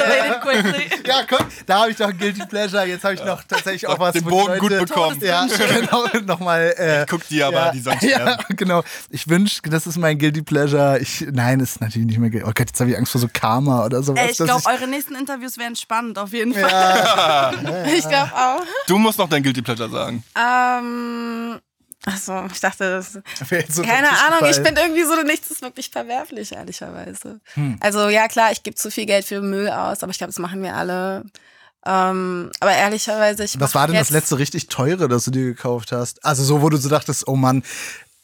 Speaker 5: Ja, guck, da habe ich doch ein Guilty Pleasure. Jetzt habe ich noch tatsächlich auch was
Speaker 3: Den
Speaker 5: wo
Speaker 3: Bogen
Speaker 5: die
Speaker 3: gut
Speaker 5: Leute-
Speaker 3: bekommen. [LAUGHS]
Speaker 5: Ja, [LAUGHS] genau. Nochmal. Äh,
Speaker 3: Guck die aber, die sollen
Speaker 5: ja,
Speaker 3: sterben.
Speaker 5: genau. Ich wünsche, das ist mein Guilty Pleasure. Ich, nein, ist natürlich nicht mehr. Guilty- Oh Gott, jetzt habe ich Angst vor so Karma oder sowas.
Speaker 4: Ey,
Speaker 2: Äh,
Speaker 4: ich
Speaker 5: dass
Speaker 4: glaube, eure nächsten Interviews werden spannend, auf jeden Fall.
Speaker 2: also
Speaker 5: [LAUGHS]
Speaker 2: ich glaube auch.
Speaker 3: Du musst noch dein Guilty Pleasure sagen.
Speaker 2: Ähm, achso, ich dachte, das
Speaker 5: mir jetzt so
Speaker 2: keine
Speaker 5: auf den Tisch
Speaker 2: Ahnung, ich
Speaker 5: gefallen.
Speaker 2: bin irgendwie so, nichts ist wirklich verwerflich, ehrlicherweise.
Speaker 5: Hm.
Speaker 2: Also ja, klar, ich gebe zu viel Geld für Müll aus, aber ich glaube, das machen wir alle. Ähm, aber ehrlicherweise, ich
Speaker 5: Was
Speaker 2: mach
Speaker 5: war denn das
Speaker 2: jetzt-
Speaker 5: letzte richtig teure, das du dir gekauft hast? Also so, wo du so dachtest, oh Mann,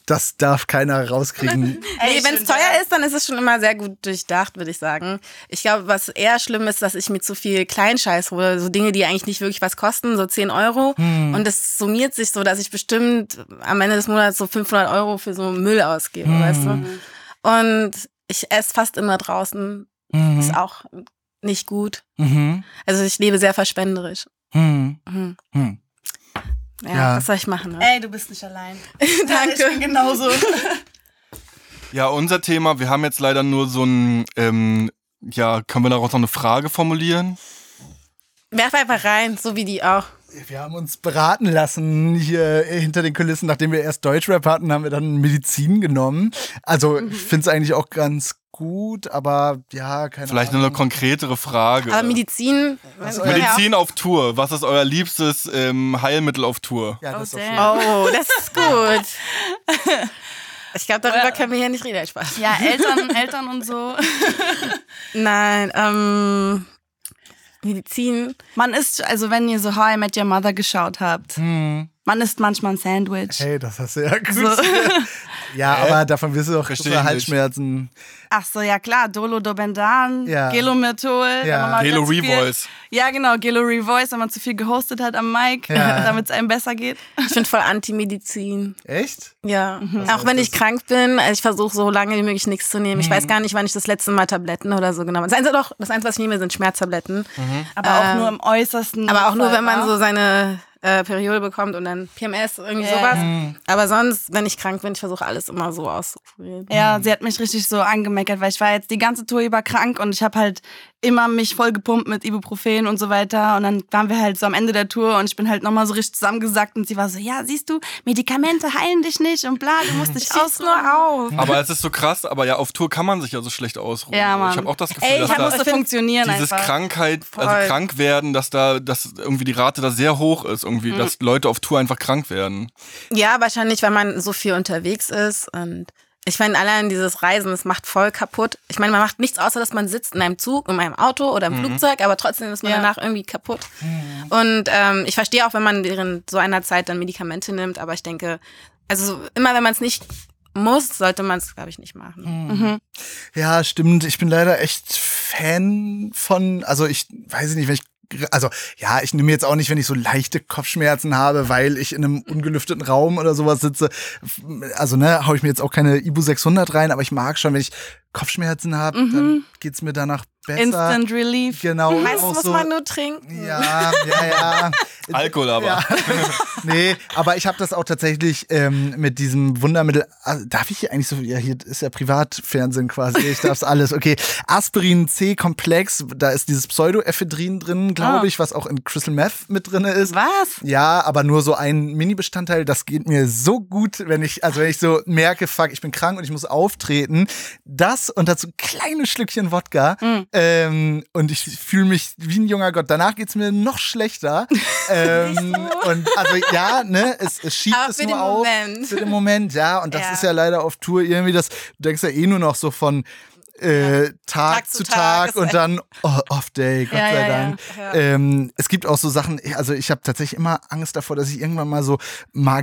Speaker 5: das darf keiner
Speaker 2: [LAUGHS]
Speaker 5: rauskriegen.
Speaker 2: Nee,
Speaker 4: Ey,
Speaker 2: wenn es
Speaker 4: schön
Speaker 2: teuer
Speaker 4: wär's.
Speaker 2: ist, dann ist es schon immer sehr gut durchdacht, würde ich sagen. Ich glaube, was eher schlimm ist, dass ich mir zu viel Kleinscheiß hole. So Dinge, die eigentlich nicht wirklich was kosten, so 10 Euro.
Speaker 5: Hm.
Speaker 2: Und das summiert sich so, dass ich bestimmt am Ende des Monats so 500 Euro für so Müll ausgebe, weißt
Speaker 5: Hm.
Speaker 2: du? Und ich esse fast immer draußen. Ist auch nicht gut.
Speaker 5: mhm.
Speaker 2: Also ich lebe sehr verschwenderisch.
Speaker 5: Hm.
Speaker 2: Mhm.
Speaker 5: Hm.
Speaker 2: Ja,
Speaker 5: Ja.
Speaker 2: was soll ich machen? Ne?
Speaker 4: [LAUGHS] Ey, du bist nicht allein.
Speaker 2: Danke.
Speaker 4: genauso.
Speaker 3: Ja, unser Thema, wir haben jetzt leider nur so ein, ähm, ja, können wir daraus noch eine Frage formulieren?
Speaker 2: Werf einfach rein, so wie die auch.
Speaker 5: Wir haben uns beraten lassen hier hinter den Kulissen. Nachdem wir erst Deutschrap hatten, haben wir dann Medizin genommen. Also ich finde es eigentlich auch ganz gut, aber ja, keine
Speaker 3: Vielleicht nur
Speaker 5: Ahnung.
Speaker 3: eine konkretere Frage.
Speaker 2: Aber Medizin.
Speaker 3: Medizin auf Tour. Was ist euer liebstes ähm, Heilmittel auf Tour?
Speaker 5: ja, das
Speaker 4: Oh,
Speaker 5: auf
Speaker 4: damn.
Speaker 5: jeden
Speaker 2: Oh, das ist gut. Ich glaube, darüber können wir hier nicht reden. Spaß.
Speaker 4: Ja, Eltern, Eltern und so.
Speaker 2: Nein, ähm, Medizin.
Speaker 4: [LAUGHS] Man isst, also wenn ihr so How I Met Your Mother geschaut habt, man isst manchmal ein Sandwich.
Speaker 5: Hm. Hey, das hast du ja gut.
Speaker 4: So.
Speaker 5: Ja, aber davon wirst du doch
Speaker 3: Versteh ich
Speaker 5: über
Speaker 3: nicht.
Speaker 5: Halsschmerzen.
Speaker 4: [LAUGHS] Ach so, ja klar, Dolo Dobendan,
Speaker 5: Ja.
Speaker 4: Gelometol.
Speaker 5: Ja.
Speaker 4: wenn man mal
Speaker 3: Gelo
Speaker 4: ganz viel-
Speaker 3: Revoice.
Speaker 4: Ja, genau, Gelo Revoice, wenn man zu viel gehostet hat am Mic,
Speaker 5: Ja.
Speaker 4: [LAUGHS] damit es einem besser geht.
Speaker 2: Ich bin voll Anti-Medizin.
Speaker 5: Echt?
Speaker 2: Ja. Auch wenn ich krank bin, also ich versuche so lange wie möglich nichts zu nehmen. Ich weiß gar nicht, wann ich das letzte Mal Tabletten oder so genommen habe. Das Einzige, doch, das Einzige, was ich nehme, sind Schmerztabletten.
Speaker 4: Aber auch nur im äußersten.
Speaker 2: Ähm, Aber auch nur,
Speaker 4: Fall,
Speaker 2: wenn man
Speaker 4: wa?
Speaker 2: so seine äh, Periode bekommt und dann PMS, irgendwie
Speaker 4: Ja.
Speaker 2: sowas. Aber sonst, wenn ich krank bin, ich versuche alles immer so auszukurieren.
Speaker 4: Ja, sie hat mich richtig so angemeckert, weil ich war jetzt die ganze Tour über krank und ich habe halt immer mich voll gepumpt mit Ibuprofen und so weiter. Und dann waren wir halt so am Ende der Tour und ich bin halt nochmal so richtig zusammengesackt und sie war so, ja, siehst du, Medikamente heilen dich nicht und bla, du [LAUGHS] musst dich
Speaker 2: Schieß
Speaker 4: ausruhen.
Speaker 2: nur auf.
Speaker 3: Aber es ist so krass, aber ja, auf Tour kann man sich ja so schlecht ausruhen.
Speaker 4: Ja, Mann.
Speaker 3: ich habe auch das Gefühl,
Speaker 4: Ey,
Speaker 3: dass
Speaker 4: ich hab-
Speaker 3: da
Speaker 4: musste funktionieren
Speaker 3: dieses
Speaker 4: einfach.
Speaker 3: Krankheit, also
Speaker 2: Voll.
Speaker 3: krank werden, dass da, dass irgendwie die Rate da sehr hoch ist, irgendwie, dass Leute auf Tour einfach krank werden.
Speaker 2: Ja, wahrscheinlich, weil man so viel unterwegs ist und ich meine, allein dieses Reisen, das macht voll kaputt. Ich meine, man macht nichts außer, dass man sitzt in einem Zug, in einem Auto oder im Flugzeug, aber trotzdem ist man
Speaker 4: Mhm. Ja. Mhm.
Speaker 2: danach irgendwie kaputt. Und ähm, ich verstehe auch, wenn man während so einer Zeit dann Medikamente nimmt, aber ich denke, also so, immer wenn man es nicht muss, sollte man es, glaube ich, nicht machen.
Speaker 4: Mhm.
Speaker 5: Ja, stimmt. Ich bin leider echt Fan von, also ich weiß nicht, wenn ich also ja, ich nehme jetzt auch nicht, wenn ich so leichte Kopfschmerzen habe, weil ich in einem ungelüfteten Raum oder sowas sitze. Also ne, hau ich mir jetzt auch keine Ibu 600 rein, aber ich mag schon, wenn ich Kopfschmerzen habe, dann geht's mir danach besser.
Speaker 4: Mhm. Instant Relief.
Speaker 5: Genau. und
Speaker 2: Meistens
Speaker 5: auch
Speaker 2: muss
Speaker 5: so-
Speaker 2: man nur trinken.
Speaker 5: ja, ja, ja.
Speaker 3: Alkohol aber.
Speaker 5: Ja.
Speaker 3: [LAUGHS]
Speaker 5: nee, aber ich habe das auch tatsächlich ähm, mit diesem Wundermittel. Ah, Darf ich hier eigentlich so? Ja, hier ist ja Privatfernsehen quasi. Ich darf's alles. Okay. Aspirin C-Komplex, da ist dieses Pseudoephedrin drin, glaube
Speaker 4: Ah.
Speaker 5: ich, was auch in Crystal Meth mit drin ist.
Speaker 4: Was?
Speaker 5: Ja, aber nur so ein Mini-Bestandteil, das geht mir so gut, wenn ich, also wenn ich so merke, fuck, ich bin krank und ich muss auftreten. Das und dazu kleine Schlückchen Wodka.
Speaker 2: Mm.
Speaker 5: Ähm, und ich fühle mich wie ein junger Gott. Danach geht's mir
Speaker 2: [LAUGHS]
Speaker 5: noch schlechter. ähm, und also ja, ne, es, es schiebt
Speaker 2: Aber
Speaker 5: es
Speaker 2: für
Speaker 5: nur
Speaker 2: den
Speaker 5: auf.
Speaker 2: Moment.
Speaker 5: Für den Moment, ja. Und das
Speaker 2: Ja.
Speaker 5: ist ja leider auf Tour irgendwie, das, du denkst ja eh nur noch so von. Äh, Tag,
Speaker 2: Tag
Speaker 5: zu
Speaker 2: zu
Speaker 5: Tag,
Speaker 2: Tag,
Speaker 5: und dann oh, Off-Day, Gott
Speaker 4: Ja,
Speaker 5: sei
Speaker 4: ja, ja.
Speaker 5: Dank. Ähm, es gibt auch so Sachen, also ich habe tatsächlich immer Angst davor, dass ich irgendwann mal so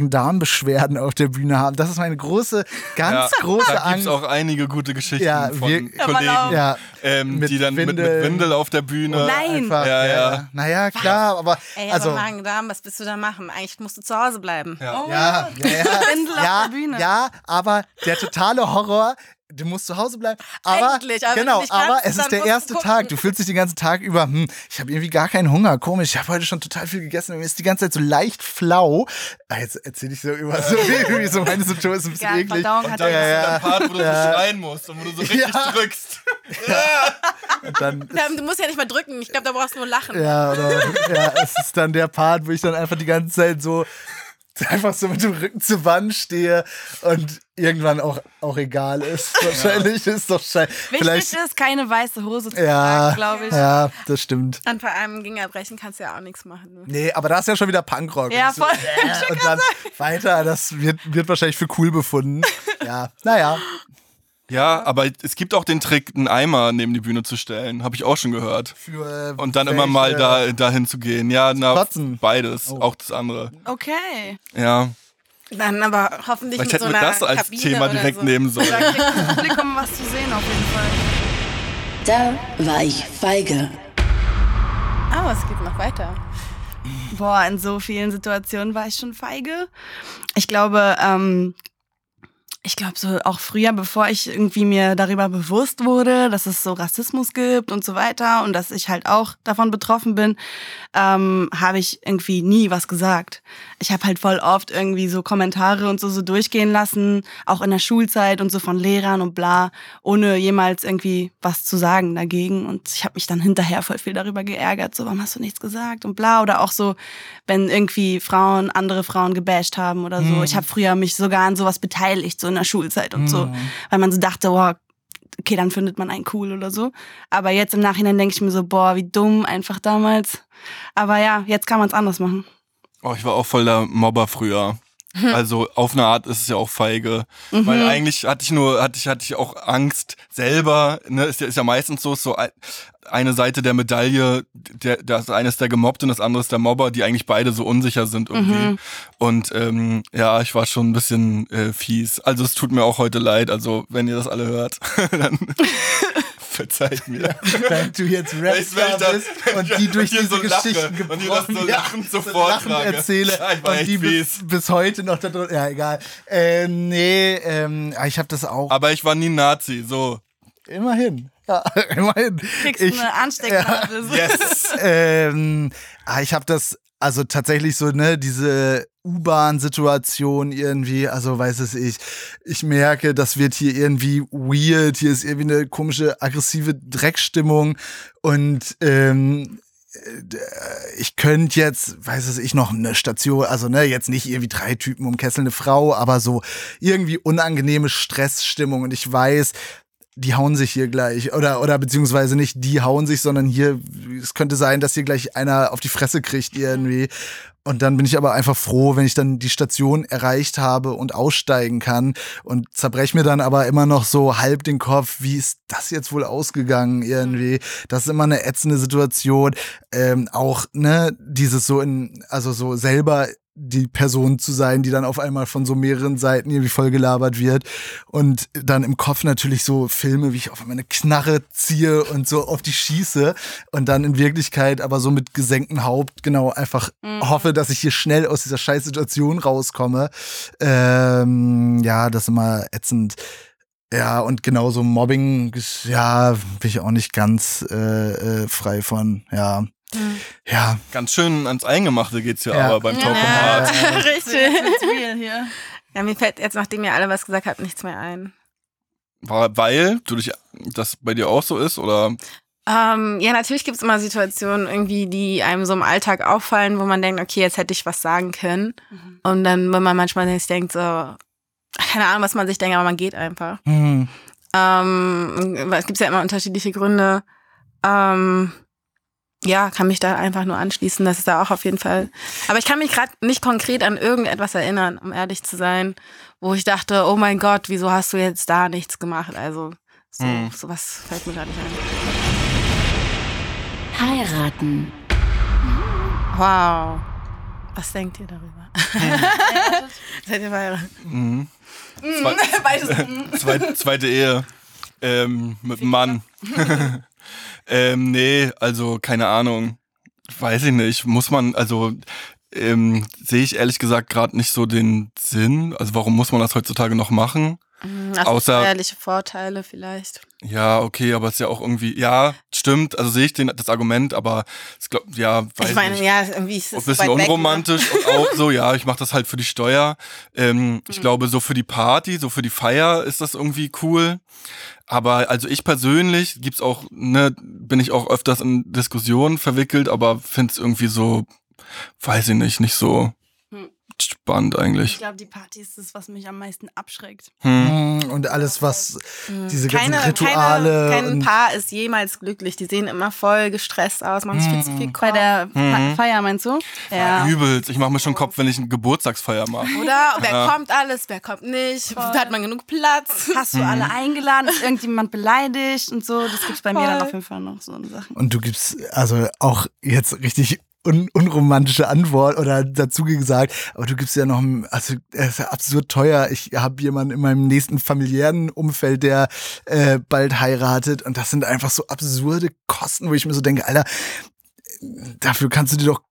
Speaker 5: Magen-Darm-Beschwerden auf der Bühne habe. Das ist meine große, ganz große
Speaker 3: da gibt's
Speaker 5: Angst.
Speaker 3: auch einige gute Geschichten
Speaker 5: Ja,
Speaker 3: von
Speaker 5: wir-
Speaker 3: Kollegen,
Speaker 5: Kann
Speaker 4: man auch-
Speaker 5: ja.
Speaker 3: ähm,
Speaker 5: Mit
Speaker 3: die dann mit,
Speaker 5: Windeln.
Speaker 3: mit Windel auf der Bühne.
Speaker 4: Oh. Nein.
Speaker 5: Einfach,
Speaker 3: Ja, ja.
Speaker 5: Naja, klar, aber
Speaker 2: Ey,
Speaker 5: also.
Speaker 2: aber Magen-Darm, was willst du da machen? Eigentlich musst du zu Hause bleiben.
Speaker 5: ja, ja,
Speaker 4: Windel auf
Speaker 5: ja,
Speaker 4: der Bühne.
Speaker 5: ja, aber der totale Horror, du musst zu Hause bleiben. Aber,
Speaker 2: Eigentlich,
Speaker 4: also
Speaker 2: aber wenn
Speaker 5: genau,
Speaker 2: du nicht
Speaker 5: aber
Speaker 2: kannst,
Speaker 5: es ist
Speaker 2: dann
Speaker 5: der
Speaker 2: musst du
Speaker 5: erste
Speaker 2: gucken.
Speaker 5: Tag. Du fühlst dich den ganzen Tag über, hm, ich habe irgendwie gar keinen Hunger. Komisch, ich habe heute schon total viel gegessen. und Mir ist die ganze Zeit so leicht flau. Ah, Jetzt erzähle ich so über so, [LAUGHS] wie so meine Symptome ist ein bisschen
Speaker 4: Ja,
Speaker 5: eklig.
Speaker 4: Verdauung hat
Speaker 3: Da
Speaker 4: ja,
Speaker 3: ist ein Part, wo du so schreien musst und wo du so richtig
Speaker 5: Ja.
Speaker 3: drückst.
Speaker 5: Und dann
Speaker 2: Ja, Du musst ja nicht mal drücken. Ich glaube, da brauchst du nur lachen.
Speaker 5: Ja, oder, ja, es ist dann der Part, wo ich dann einfach die ganze Zeit so einfach so mit dem Rücken zur Wand stehe und irgendwann auch, auch egal ist. Wahrscheinlich ist doch scheiße.
Speaker 4: Wichtig
Speaker 5: Vielleicht.
Speaker 4: ist, keine weiße Hose zu
Speaker 5: Ja,
Speaker 4: tragen, glaube ich.
Speaker 5: ja, das stimmt.
Speaker 2: Und vor allem gegen Erbrechen kannst du ja auch nichts machen. Ne?
Speaker 5: Nee, aber da ist ja schon wieder Punkrock.
Speaker 4: Ja,
Speaker 5: So, [LAUGHS]
Speaker 4: voll.
Speaker 5: äh, und dann weiter, das wird, wird wahrscheinlich für cool befunden. Ja, naja.
Speaker 3: Ja, aber es gibt auch den Trick, einen Eimer neben die Bühne zu stellen. Habe ich auch schon gehört.
Speaker 5: Für äh,
Speaker 3: Und dann
Speaker 5: welche-
Speaker 3: immer mal da, dahin zu gehen. Ja, na,
Speaker 5: Kotzen.
Speaker 3: beides. Auch das andere.
Speaker 4: Okay.
Speaker 3: Ja.
Speaker 2: Dann aber hoffentlich
Speaker 3: Vielleicht
Speaker 2: mit so
Speaker 3: hätten wir
Speaker 2: einer
Speaker 3: das als
Speaker 2: Kabine
Speaker 3: Thema
Speaker 2: oder
Speaker 3: direkt
Speaker 2: so.
Speaker 3: nehmen sollen.
Speaker 4: Da kriegt das Publikum um was zu sehen auf jeden Fall.
Speaker 1: Da war ich feige.
Speaker 2: Ah, es geht noch weiter.
Speaker 4: Boah, in so vielen Situationen war ich schon feige. Ich glaube, ähm, ich glaube, so auch früher, bevor ich irgendwie mir darüber bewusst wurde, dass es so Rassismus gibt und so weiter und dass ich halt auch davon betroffen bin, ähm, habe ich irgendwie nie was gesagt. Ich habe halt voll oft irgendwie so Kommentare und so, so durchgehen lassen, auch in der Schulzeit und so von Lehrern und bla, ohne jemals irgendwie was zu sagen dagegen. Und ich habe mich dann hinterher voll viel darüber geärgert, so, warum hast du nichts gesagt und bla. Oder auch so, wenn irgendwie Frauen andere Frauen gebasht haben oder so. Ich habe früher mich sogar an sowas beteiligt, so in der Schulzeit und so, weil man so dachte, wow, okay, dann findet man einen cool oder so. Aber jetzt im Nachhinein denke ich mir so, boah, wie dumm einfach damals. Aber ja, jetzt kann man es anders machen.
Speaker 3: Oh, ich war auch voll der Mobber früher. Also auf eine Art ist es ja auch feige, weil eigentlich hatte ich nur hatte ich hatte ich auch Angst selber, ne, ist ja ist ja meistens so ist so ein- eine Seite der Medaille, der das eine ist der gemobbt und das andere ist der Mobber, die eigentlich beide so unsicher sind irgendwie. Und ähm, ja, ich war schon ein bisschen äh, fies. Also es tut mir auch heute leid, also wenn ihr das alle hört, [LAUGHS] dann verzeiht mir.
Speaker 5: Wenn du jetzt
Speaker 3: Weißt du, wenn ich
Speaker 5: Rapstar
Speaker 3: da-
Speaker 5: bist und die durch
Speaker 3: und hier
Speaker 5: diese
Speaker 3: so lache
Speaker 5: Geschichten
Speaker 3: und hier das
Speaker 5: gebrochen
Speaker 3: so
Speaker 5: [LAUGHS] ja,
Speaker 3: lachend so
Speaker 5: so
Speaker 3: vortrage.
Speaker 5: erzähle
Speaker 3: Ja, ich war
Speaker 5: und
Speaker 3: echt
Speaker 5: die bis,
Speaker 3: fies.
Speaker 5: bis heute noch da drin, ja egal. Äh, nee, ähm, ich habe das auch
Speaker 3: Aber ich war nie Nazi, so.
Speaker 5: immerhin. Ja, [LAUGHS] immerhin.
Speaker 4: Kriegst
Speaker 5: Ich,
Speaker 4: eine Anstecknadel. so. [LAUGHS]
Speaker 3: Yes.
Speaker 5: ähm, ah, ich habe das, also tatsächlich so, ne, diese U-Bahn-Situation irgendwie, also weiß es ich, ich merke, das wird hier irgendwie weird, hier ist irgendwie eine komische, aggressive Dreckstimmung und ähm, d- äh, ich könnte jetzt, weiß es ich, noch eine Station, also ne, jetzt nicht irgendwie drei Typen umkesseln, eine Frau, aber so irgendwie unangenehme Stressstimmung und ich weiß, die hauen sich hier gleich oder oder beziehungsweise nicht die hauen sich, sondern hier es könnte sein, dass hier gleich einer auf die Fresse kriegt irgendwie. Und dann bin ich aber einfach froh, wenn ich dann die Station erreicht habe und aussteigen kann und zerbrech mir dann aber immer noch so halb den Kopf, wie ist das jetzt wohl ausgegangen irgendwie? Das ist immer eine ätzende Situation. Ähm, auch ne dieses so in also so selber die Person zu sein, die dann auf einmal von so mehreren Seiten irgendwie vollgelabert wird und dann im Kopf natürlich so Filme, wie ich auf meine Knarre ziehe und so auf die schieße und dann in Wirklichkeit aber so mit gesenktem Haupt genau einfach
Speaker 2: Mhm.
Speaker 5: hoffe, dass ich hier schnell aus dieser scheiß Situation rauskomme. Ähm, ja, das ist immer ätzend. Ja, und genauso Mobbing, ja, bin ich auch nicht ganz äh, äh, frei von, ja.
Speaker 2: Mhm.
Speaker 5: Ja,
Speaker 3: Ganz schön ans Eingemachte geht's hier
Speaker 5: Ja.
Speaker 3: aber beim Talk um Art.
Speaker 2: [LAUGHS] Richtig.
Speaker 4: It's real hier.
Speaker 2: Ja, mir fällt jetzt, nachdem ihr alle was gesagt habt, nichts mehr ein.
Speaker 3: War, weil du dich, das bei dir auch so ist oder
Speaker 2: Ähm, ja, natürlich gibt's immer Situationen irgendwie, die einem so im Alltag auffallen, wo man denkt, okay, jetzt hätte ich was sagen können.
Speaker 3: Mhm.
Speaker 2: Und dann, wenn man manchmal sich denkt, so, keine Ahnung, was man sich denkt, aber man geht einfach.
Speaker 5: hm,
Speaker 2: Ähm, weil es gibt ja immer unterschiedliche Gründe. Ähm, ja, kann mich da einfach nur anschließen. Das ist da auch auf jeden Fall. Aber ich kann mich gerade nicht konkret an irgendetwas erinnern, um ehrlich zu sein, wo ich dachte, oh mein Gott, wieso hast du jetzt da nichts gemacht? Also so,
Speaker 3: Hm.
Speaker 2: sowas fällt mir gerade nicht ein.
Speaker 1: Heiraten.
Speaker 2: Wow. Was denkt ihr darüber? [LAUGHS] Seid ihr Hm, verheiratet?
Speaker 3: Mhm. zwei,
Speaker 2: [LAUGHS]
Speaker 3: zwei, zweite Ehe ähm, mit einem Mann? [LAUGHS] ähm, nee, also keine Ahnung. Weiß ich nicht. Muss man, also ähm, sehe ich ehrlich gesagt gerade nicht so den Sinn. Also warum muss man das heutzutage noch machen?
Speaker 2: Also
Speaker 3: Außer-
Speaker 2: steuerliche Vorteile vielleicht.
Speaker 3: Ja, okay, aber ist ja auch irgendwie, ja, stimmt, also sehe ich den, das Argument, aber es glaub, ja, weiß
Speaker 2: ich meine,
Speaker 3: nicht.
Speaker 2: ja, irgendwie ist es
Speaker 3: Ein bisschen
Speaker 2: weit weg, ne?
Speaker 3: unromantisch und auch so, ja, ich mache das halt für die Steuer. Ähm,
Speaker 2: Mhm.
Speaker 3: ich glaube, so für die Party, so für die Feier ist das irgendwie cool. Aber also ich persönlich gibt's auch, ne, bin ich auch öfters in Diskussionen verwickelt, aber find's irgendwie so, weiß ich nicht, nicht so
Speaker 2: Hm.
Speaker 3: spannend
Speaker 4: Ich
Speaker 3: eigentlich.
Speaker 4: glaube, die Party ist es, was mich am meisten abschreckt.
Speaker 5: hm, und alles, was diese ganzen
Speaker 2: Mhm. Keine,
Speaker 5: Rituale.
Speaker 2: keine, kein
Speaker 5: und-
Speaker 2: Paar ist jemals glücklich. Die sehen immer voll gestresst aus, machen sich viel zu
Speaker 3: Mm.
Speaker 2: viel
Speaker 4: Bei
Speaker 2: Kopf.
Speaker 4: der Fe- Feier, meinst du? Ja.
Speaker 3: Übelst, ich mache mir schon Kopf, wenn ich eine Geburtstagsfeier mache.
Speaker 2: Oder
Speaker 3: [LAUGHS]
Speaker 2: wer kommt alles, wer kommt nicht, hat man genug Platz.
Speaker 4: Hast du alle eingeladen? Ist irgendjemand beleidigt und so? Das gibt's bei mir dann
Speaker 2: Voll.
Speaker 4: auf jeden Fall noch so eine Sache.
Speaker 5: Und du gibst also auch jetzt richtig un unromantische Antwort oder dazu gesagt, aber du gibst ja noch, ein- also es ist ja absurd teuer. Ich habe jemanden in meinem nächsten familiären Umfeld, der äh, bald heiratet und das sind einfach so absurde Kosten, wo ich mir so denke, Alter, dafür kannst du dir doch,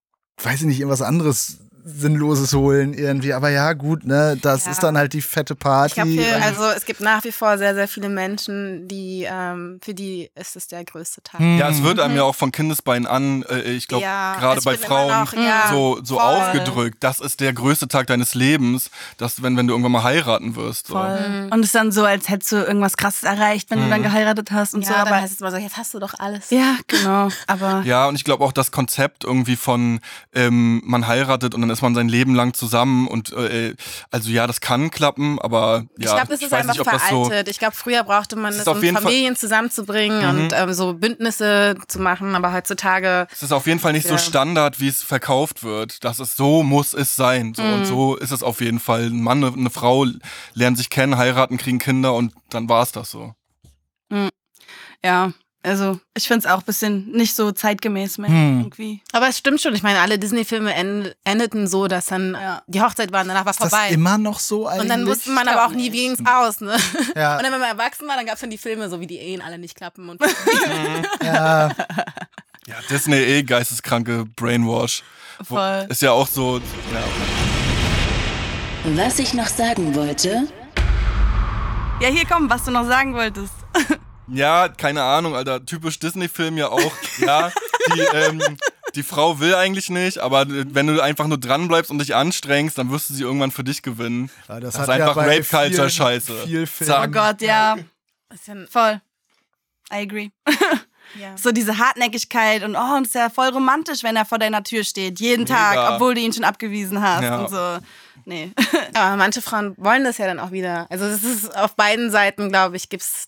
Speaker 5: weiß ich nicht, irgendwas anderes Sinnloses holen irgendwie. Aber ja, gut, ne, das
Speaker 2: Ja.
Speaker 5: ist dann halt die fette
Speaker 2: Ich habe
Speaker 5: Party.
Speaker 3: ähm,
Speaker 2: hier, also es gibt nach wie vor sehr, sehr viele Menschen, die, ähm, für die ist es der größte Tag.
Speaker 5: Hm,
Speaker 3: Ja, es wird einem ja auch von Kindesbeinen an, äh, ich glaube,
Speaker 2: Mhm. Ja,
Speaker 3: gerade
Speaker 2: es
Speaker 3: bei
Speaker 2: wird immer
Speaker 3: Frauen
Speaker 2: noch, ja,
Speaker 3: so, so
Speaker 2: voll.
Speaker 3: aufgedrückt. Das ist der größte Tag deines Lebens, dass, wenn, wenn du irgendwann mal heiraten wirst. So.
Speaker 2: Mhm.
Speaker 4: Und es ist dann so, als hättest du irgendwas Krasses erreicht, wenn du dann geheiratet hast und
Speaker 2: Ja,
Speaker 4: so.
Speaker 2: dann
Speaker 4: Aber
Speaker 2: heißt es immer so, jetzt hast du doch alles.
Speaker 4: ja, genau. Aber
Speaker 3: Ja, und ich glaube auch das Konzept irgendwie von, ähm, man heiratet und dann ist man sein Leben lang zusammen und äh, also ja, das kann klappen, aber ja,
Speaker 2: ich glaube, das ist
Speaker 3: weiß
Speaker 2: einfach
Speaker 3: nicht, ob das so.
Speaker 2: veraltet. ich glaube, früher brauchte man
Speaker 3: Es
Speaker 2: das,
Speaker 3: ist auf
Speaker 2: um
Speaker 3: jeden Fall- Mhm.
Speaker 2: Familien zusammenzubringen und ähm, so Bündnisse zu machen, aber heutzutage
Speaker 3: Es ist auf jeden Fall nicht so
Speaker 2: Ja.
Speaker 3: Standard, wie es verkauft wird. Das ist so, muss es sein. So
Speaker 2: Mhm.
Speaker 3: und so ist es auf jeden Fall. Ein Mann und eine Frau lernen sich kennen, heiraten, kriegen Kinder und dann war es das so.
Speaker 4: ja, also ich finde es auch ein bisschen nicht so zeitgemäß mehr irgendwie.
Speaker 2: Aber es stimmt schon. Ich meine, alle Disney-Filme end, endeten so, dass dann äh,
Speaker 4: Ja.
Speaker 2: die Hochzeit war und danach war
Speaker 5: ist
Speaker 2: vorbei.
Speaker 5: das immer noch so eigentlich?
Speaker 2: und dann wusste man aber auch nie, wie ging's aus. Ne?
Speaker 5: Ja.
Speaker 2: Und dann, wenn man erwachsen war, dann gab es dann die Filme, so wie die Ehen alle nicht klappen. [LAUGHS] Und
Speaker 3: Ja, Disney eh geisteskranke Brainwash. Wo-
Speaker 4: Voll.
Speaker 3: Ist ja auch so. Ja.
Speaker 1: Was ich noch sagen wollte,
Speaker 4: Ja, hier komm, was du noch sagen wolltest.
Speaker 3: Ja, keine Ahnung, Alter. Typisch Disney-Film ja auch. ja, die, ähm, die Frau will eigentlich nicht, aber wenn du einfach nur dranbleibst und dich anstrengst, dann wirst du sie irgendwann für dich gewinnen.
Speaker 5: Ja, das
Speaker 3: das ist
Speaker 5: hat ja
Speaker 3: einfach
Speaker 5: bei vielen-
Speaker 3: Rape-Culture-Scheiße.
Speaker 5: vielen Filmen-
Speaker 4: Oh Gott, ja,
Speaker 2: Ist ja-
Speaker 4: voll. I [LAUGHS] agree.
Speaker 2: ja.
Speaker 4: So diese Hartnäckigkeit und oh, und ist ja voll romantisch, wenn er vor deiner Tür steht. Jeden
Speaker 3: Mega.
Speaker 4: Tag, obwohl du ihn schon abgewiesen hast
Speaker 3: Ja.
Speaker 4: und so. Nee.
Speaker 2: Aber manche Frauen wollen das ja dann auch wieder. Also es ist auf beiden Seiten, glaube ich, gibt's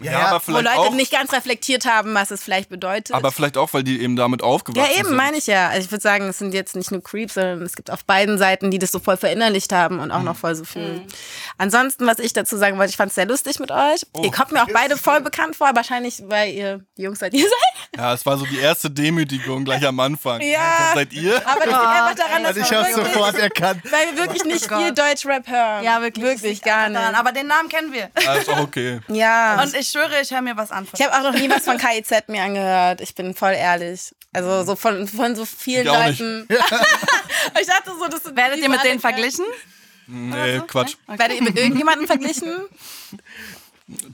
Speaker 3: Ja,
Speaker 5: ja,
Speaker 3: aber
Speaker 5: wo
Speaker 2: wo
Speaker 3: vielleicht
Speaker 2: Leute
Speaker 3: auch.
Speaker 2: nicht ganz reflektiert haben, was es vielleicht bedeutet.
Speaker 3: aber vielleicht auch, weil die eben damit aufgewachsen
Speaker 2: ja,
Speaker 3: sind.
Speaker 2: eben, meine ich ja. Also ich würde sagen, es sind jetzt nicht nur Creeps, sondern es gibt auf beiden Seiten, die das so voll verinnerlicht haben und auch noch voll so fühlen. Ansonsten, was ich dazu sagen wollte, ich fand es sehr lustig mit euch. Ihr kommt mir auch beide voll bekannt vor, wahrscheinlich, weil ihr die Jungs seid, die ihr seid.
Speaker 3: [LAUGHS] Ja, es war so die erste Demütigung gleich am Anfang.
Speaker 2: Ja.
Speaker 3: Was
Speaker 2: [LAUGHS]
Speaker 3: seid ihr?
Speaker 2: Aber das liegt einfach daran, dass
Speaker 5: Also ich
Speaker 2: wir
Speaker 5: habe
Speaker 2: wirklich,
Speaker 5: sofort erkannt.
Speaker 2: weil wir wirklich nicht
Speaker 4: Oh
Speaker 2: viel
Speaker 4: Gott.
Speaker 2: Deutschrap hören.
Speaker 4: [LAUGHS] Ja, wirklich. das
Speaker 2: Wirklich
Speaker 4: liegt
Speaker 2: gar
Speaker 4: einfach daran.
Speaker 2: nicht.
Speaker 4: Aber den Namen kennen wir.
Speaker 3: Ja, Ah, ist
Speaker 2: [LAUGHS]
Speaker 3: auch okay.
Speaker 2: Ja.
Speaker 4: Und ich schwöre, ich höre mir was an. von-
Speaker 2: Ich habe auch noch nie was von KIZ mir angehört. Ich bin voll ehrlich. Also so von, von so vielen
Speaker 3: Ich auch nicht.
Speaker 2: Leuten. [LAUGHS] ich dachte so, das sind
Speaker 4: Werdet
Speaker 2: die
Speaker 4: ihr mit
Speaker 2: alle-
Speaker 4: denen verglichen?
Speaker 2: Also,
Speaker 3: Nee, Quatsch.
Speaker 2: Werdet ihr mit irgendjemandem verglichen?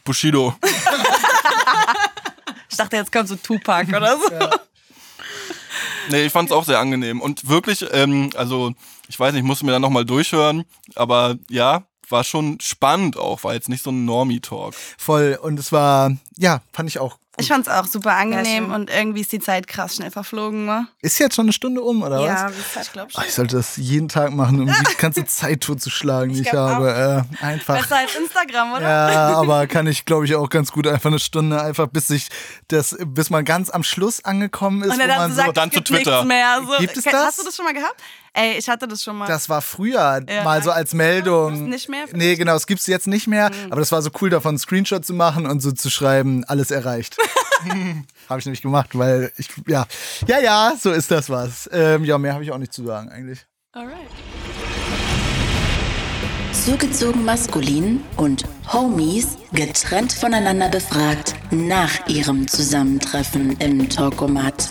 Speaker 3: Bushido.
Speaker 4: Ich dachte, jetzt kommt so Tupac oder so.
Speaker 3: Nee, ich fand's auch sehr angenehm. Und wirklich, ähm, also, ich weiß nicht, musste mir dann nochmal durchhören, aber ja, war schon spannend auch, war jetzt nicht so ein Normie-Talk.
Speaker 5: Voll. Und es war, ja, fand ich auch.
Speaker 4: Ich fand's auch super angenehm
Speaker 2: schön.
Speaker 4: und irgendwie ist die Zeit krass schnell verflogen, ne?
Speaker 5: Ist jetzt schon eine Stunde um, oder was?
Speaker 4: ich glaube
Speaker 5: Oh,
Speaker 4: schon.
Speaker 5: Ich sollte das jeden Tag machen, um die ganze Zeit totzuschlagen, die ich,
Speaker 2: glaub
Speaker 5: habe. Äh, einfach.
Speaker 4: Besser als Instagram, oder?
Speaker 5: Ja, aber kann ich, glaube ich, auch ganz gut einfach eine Stunde, einfach bis ich das, bis man ganz am Schluss angekommen ist,
Speaker 4: Und er
Speaker 5: wo man
Speaker 4: dann sagt,
Speaker 3: dann
Speaker 4: es
Speaker 3: zu
Speaker 4: gibt
Speaker 3: Twitter.
Speaker 4: nichts mehr. So,
Speaker 5: Gibt es
Speaker 4: Ke-
Speaker 5: das?
Speaker 4: Hast du das schon mal gehabt? Ey, ich hatte das schon mal.
Speaker 5: Das war früher mal so als Meldung.
Speaker 4: Nicht mehr? Mhm.
Speaker 5: Nee, genau, es gibt's jetzt nicht mehr. Aber das war so cool, davon einen Screenshot zu machen und so zu schreiben,
Speaker 4: [LAUGHS]
Speaker 5: alles erreicht. [LAUGHS] habe ich nämlich gemacht, weil ich, ja, ja, ja, so ist das was. Ähm, ja, mehr habe ich auch nicht zu sagen eigentlich.
Speaker 1: zugezogen maskulin und Homies getrennt voneinander befragt nach ihrem Zusammentreffen im Talkomat.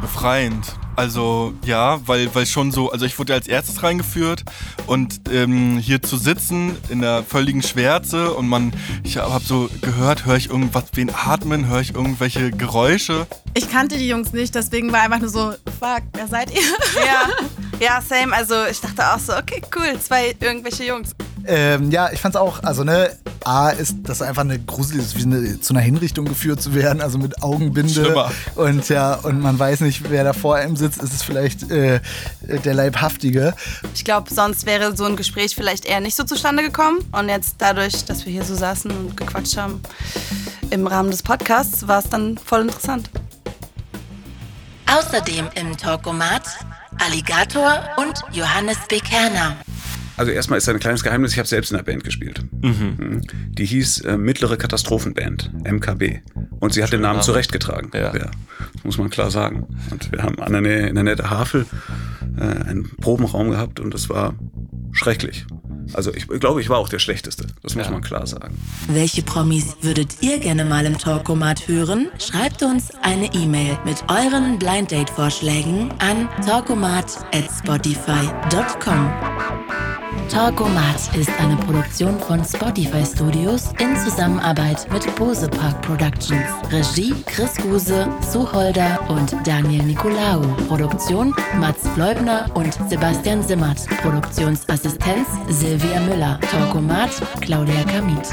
Speaker 3: Befreiend. Also, ja, weil, weil schon so, also ich wurde als erstes reingeführt und ähm, hier zu sitzen in der völligen Schwärze und man, ich habe so gehört, höre ich irgendwas, wen atmen, höre ich irgendwelche Geräusche.
Speaker 2: Ich kannte die Jungs nicht, deswegen war einfach nur so, fuck, wer seid ihr? [LAUGHS]
Speaker 4: Ja. ja, same. Also ich dachte auch so, okay, cool, zwei irgendwelche Jungs.
Speaker 5: Ähm, ja, ich fand's auch, also ne, A ist das einfach eine gruselige, wie eine, zu einer Hinrichtung geführt zu werden, also mit Augenbinde.
Speaker 3: Schlimmer.
Speaker 5: Und ja, und man weiß nicht, wer da vor einem sitzt, ist es vielleicht äh, der Leibhaftige.
Speaker 4: Ich glaube, sonst wäre so ein Gespräch vielleicht eher nicht so zustande gekommen. Und jetzt dadurch, dass wir hier so saßen und gequatscht haben im Rahmen des Podcasts, war es dann voll interessant.
Speaker 1: Außerdem im Talkomat Alligator und Johannes Bekerner.
Speaker 6: Also erstmal ist ein kleines Geheimnis, ich habe selbst in einer Band gespielt. Mhm. Die hieß äh, Mittlere Katastrophenband, MKB. Und sie hat den Namen zurechtgetragen.
Speaker 3: Ja.
Speaker 6: Das muss man klar sagen. Und wir haben an der Nähe, in der Nähe der Havel äh, einen Probenraum gehabt und das war schrecklich. Also ich glaube, ich war auch der Schlechteste. Das muss man klar sagen.
Speaker 1: Welche Promis würdet ihr gerne mal im Talkomat hören? Schreibt uns eine E-Mail mit euren Blind Date Vorschlägen an talkomat@spotify.com. Talkomat ist eine Produktion von Spotify Studios in Zusammenarbeit mit Bose Park Productions. Regie Chris Guse, Sue Holder und Daniel Nicolaou. Produktion Mats Fleubner und Sebastian Simmert. Produktionsassistenz Silvia Müller. Talkomat Claudia Kamit.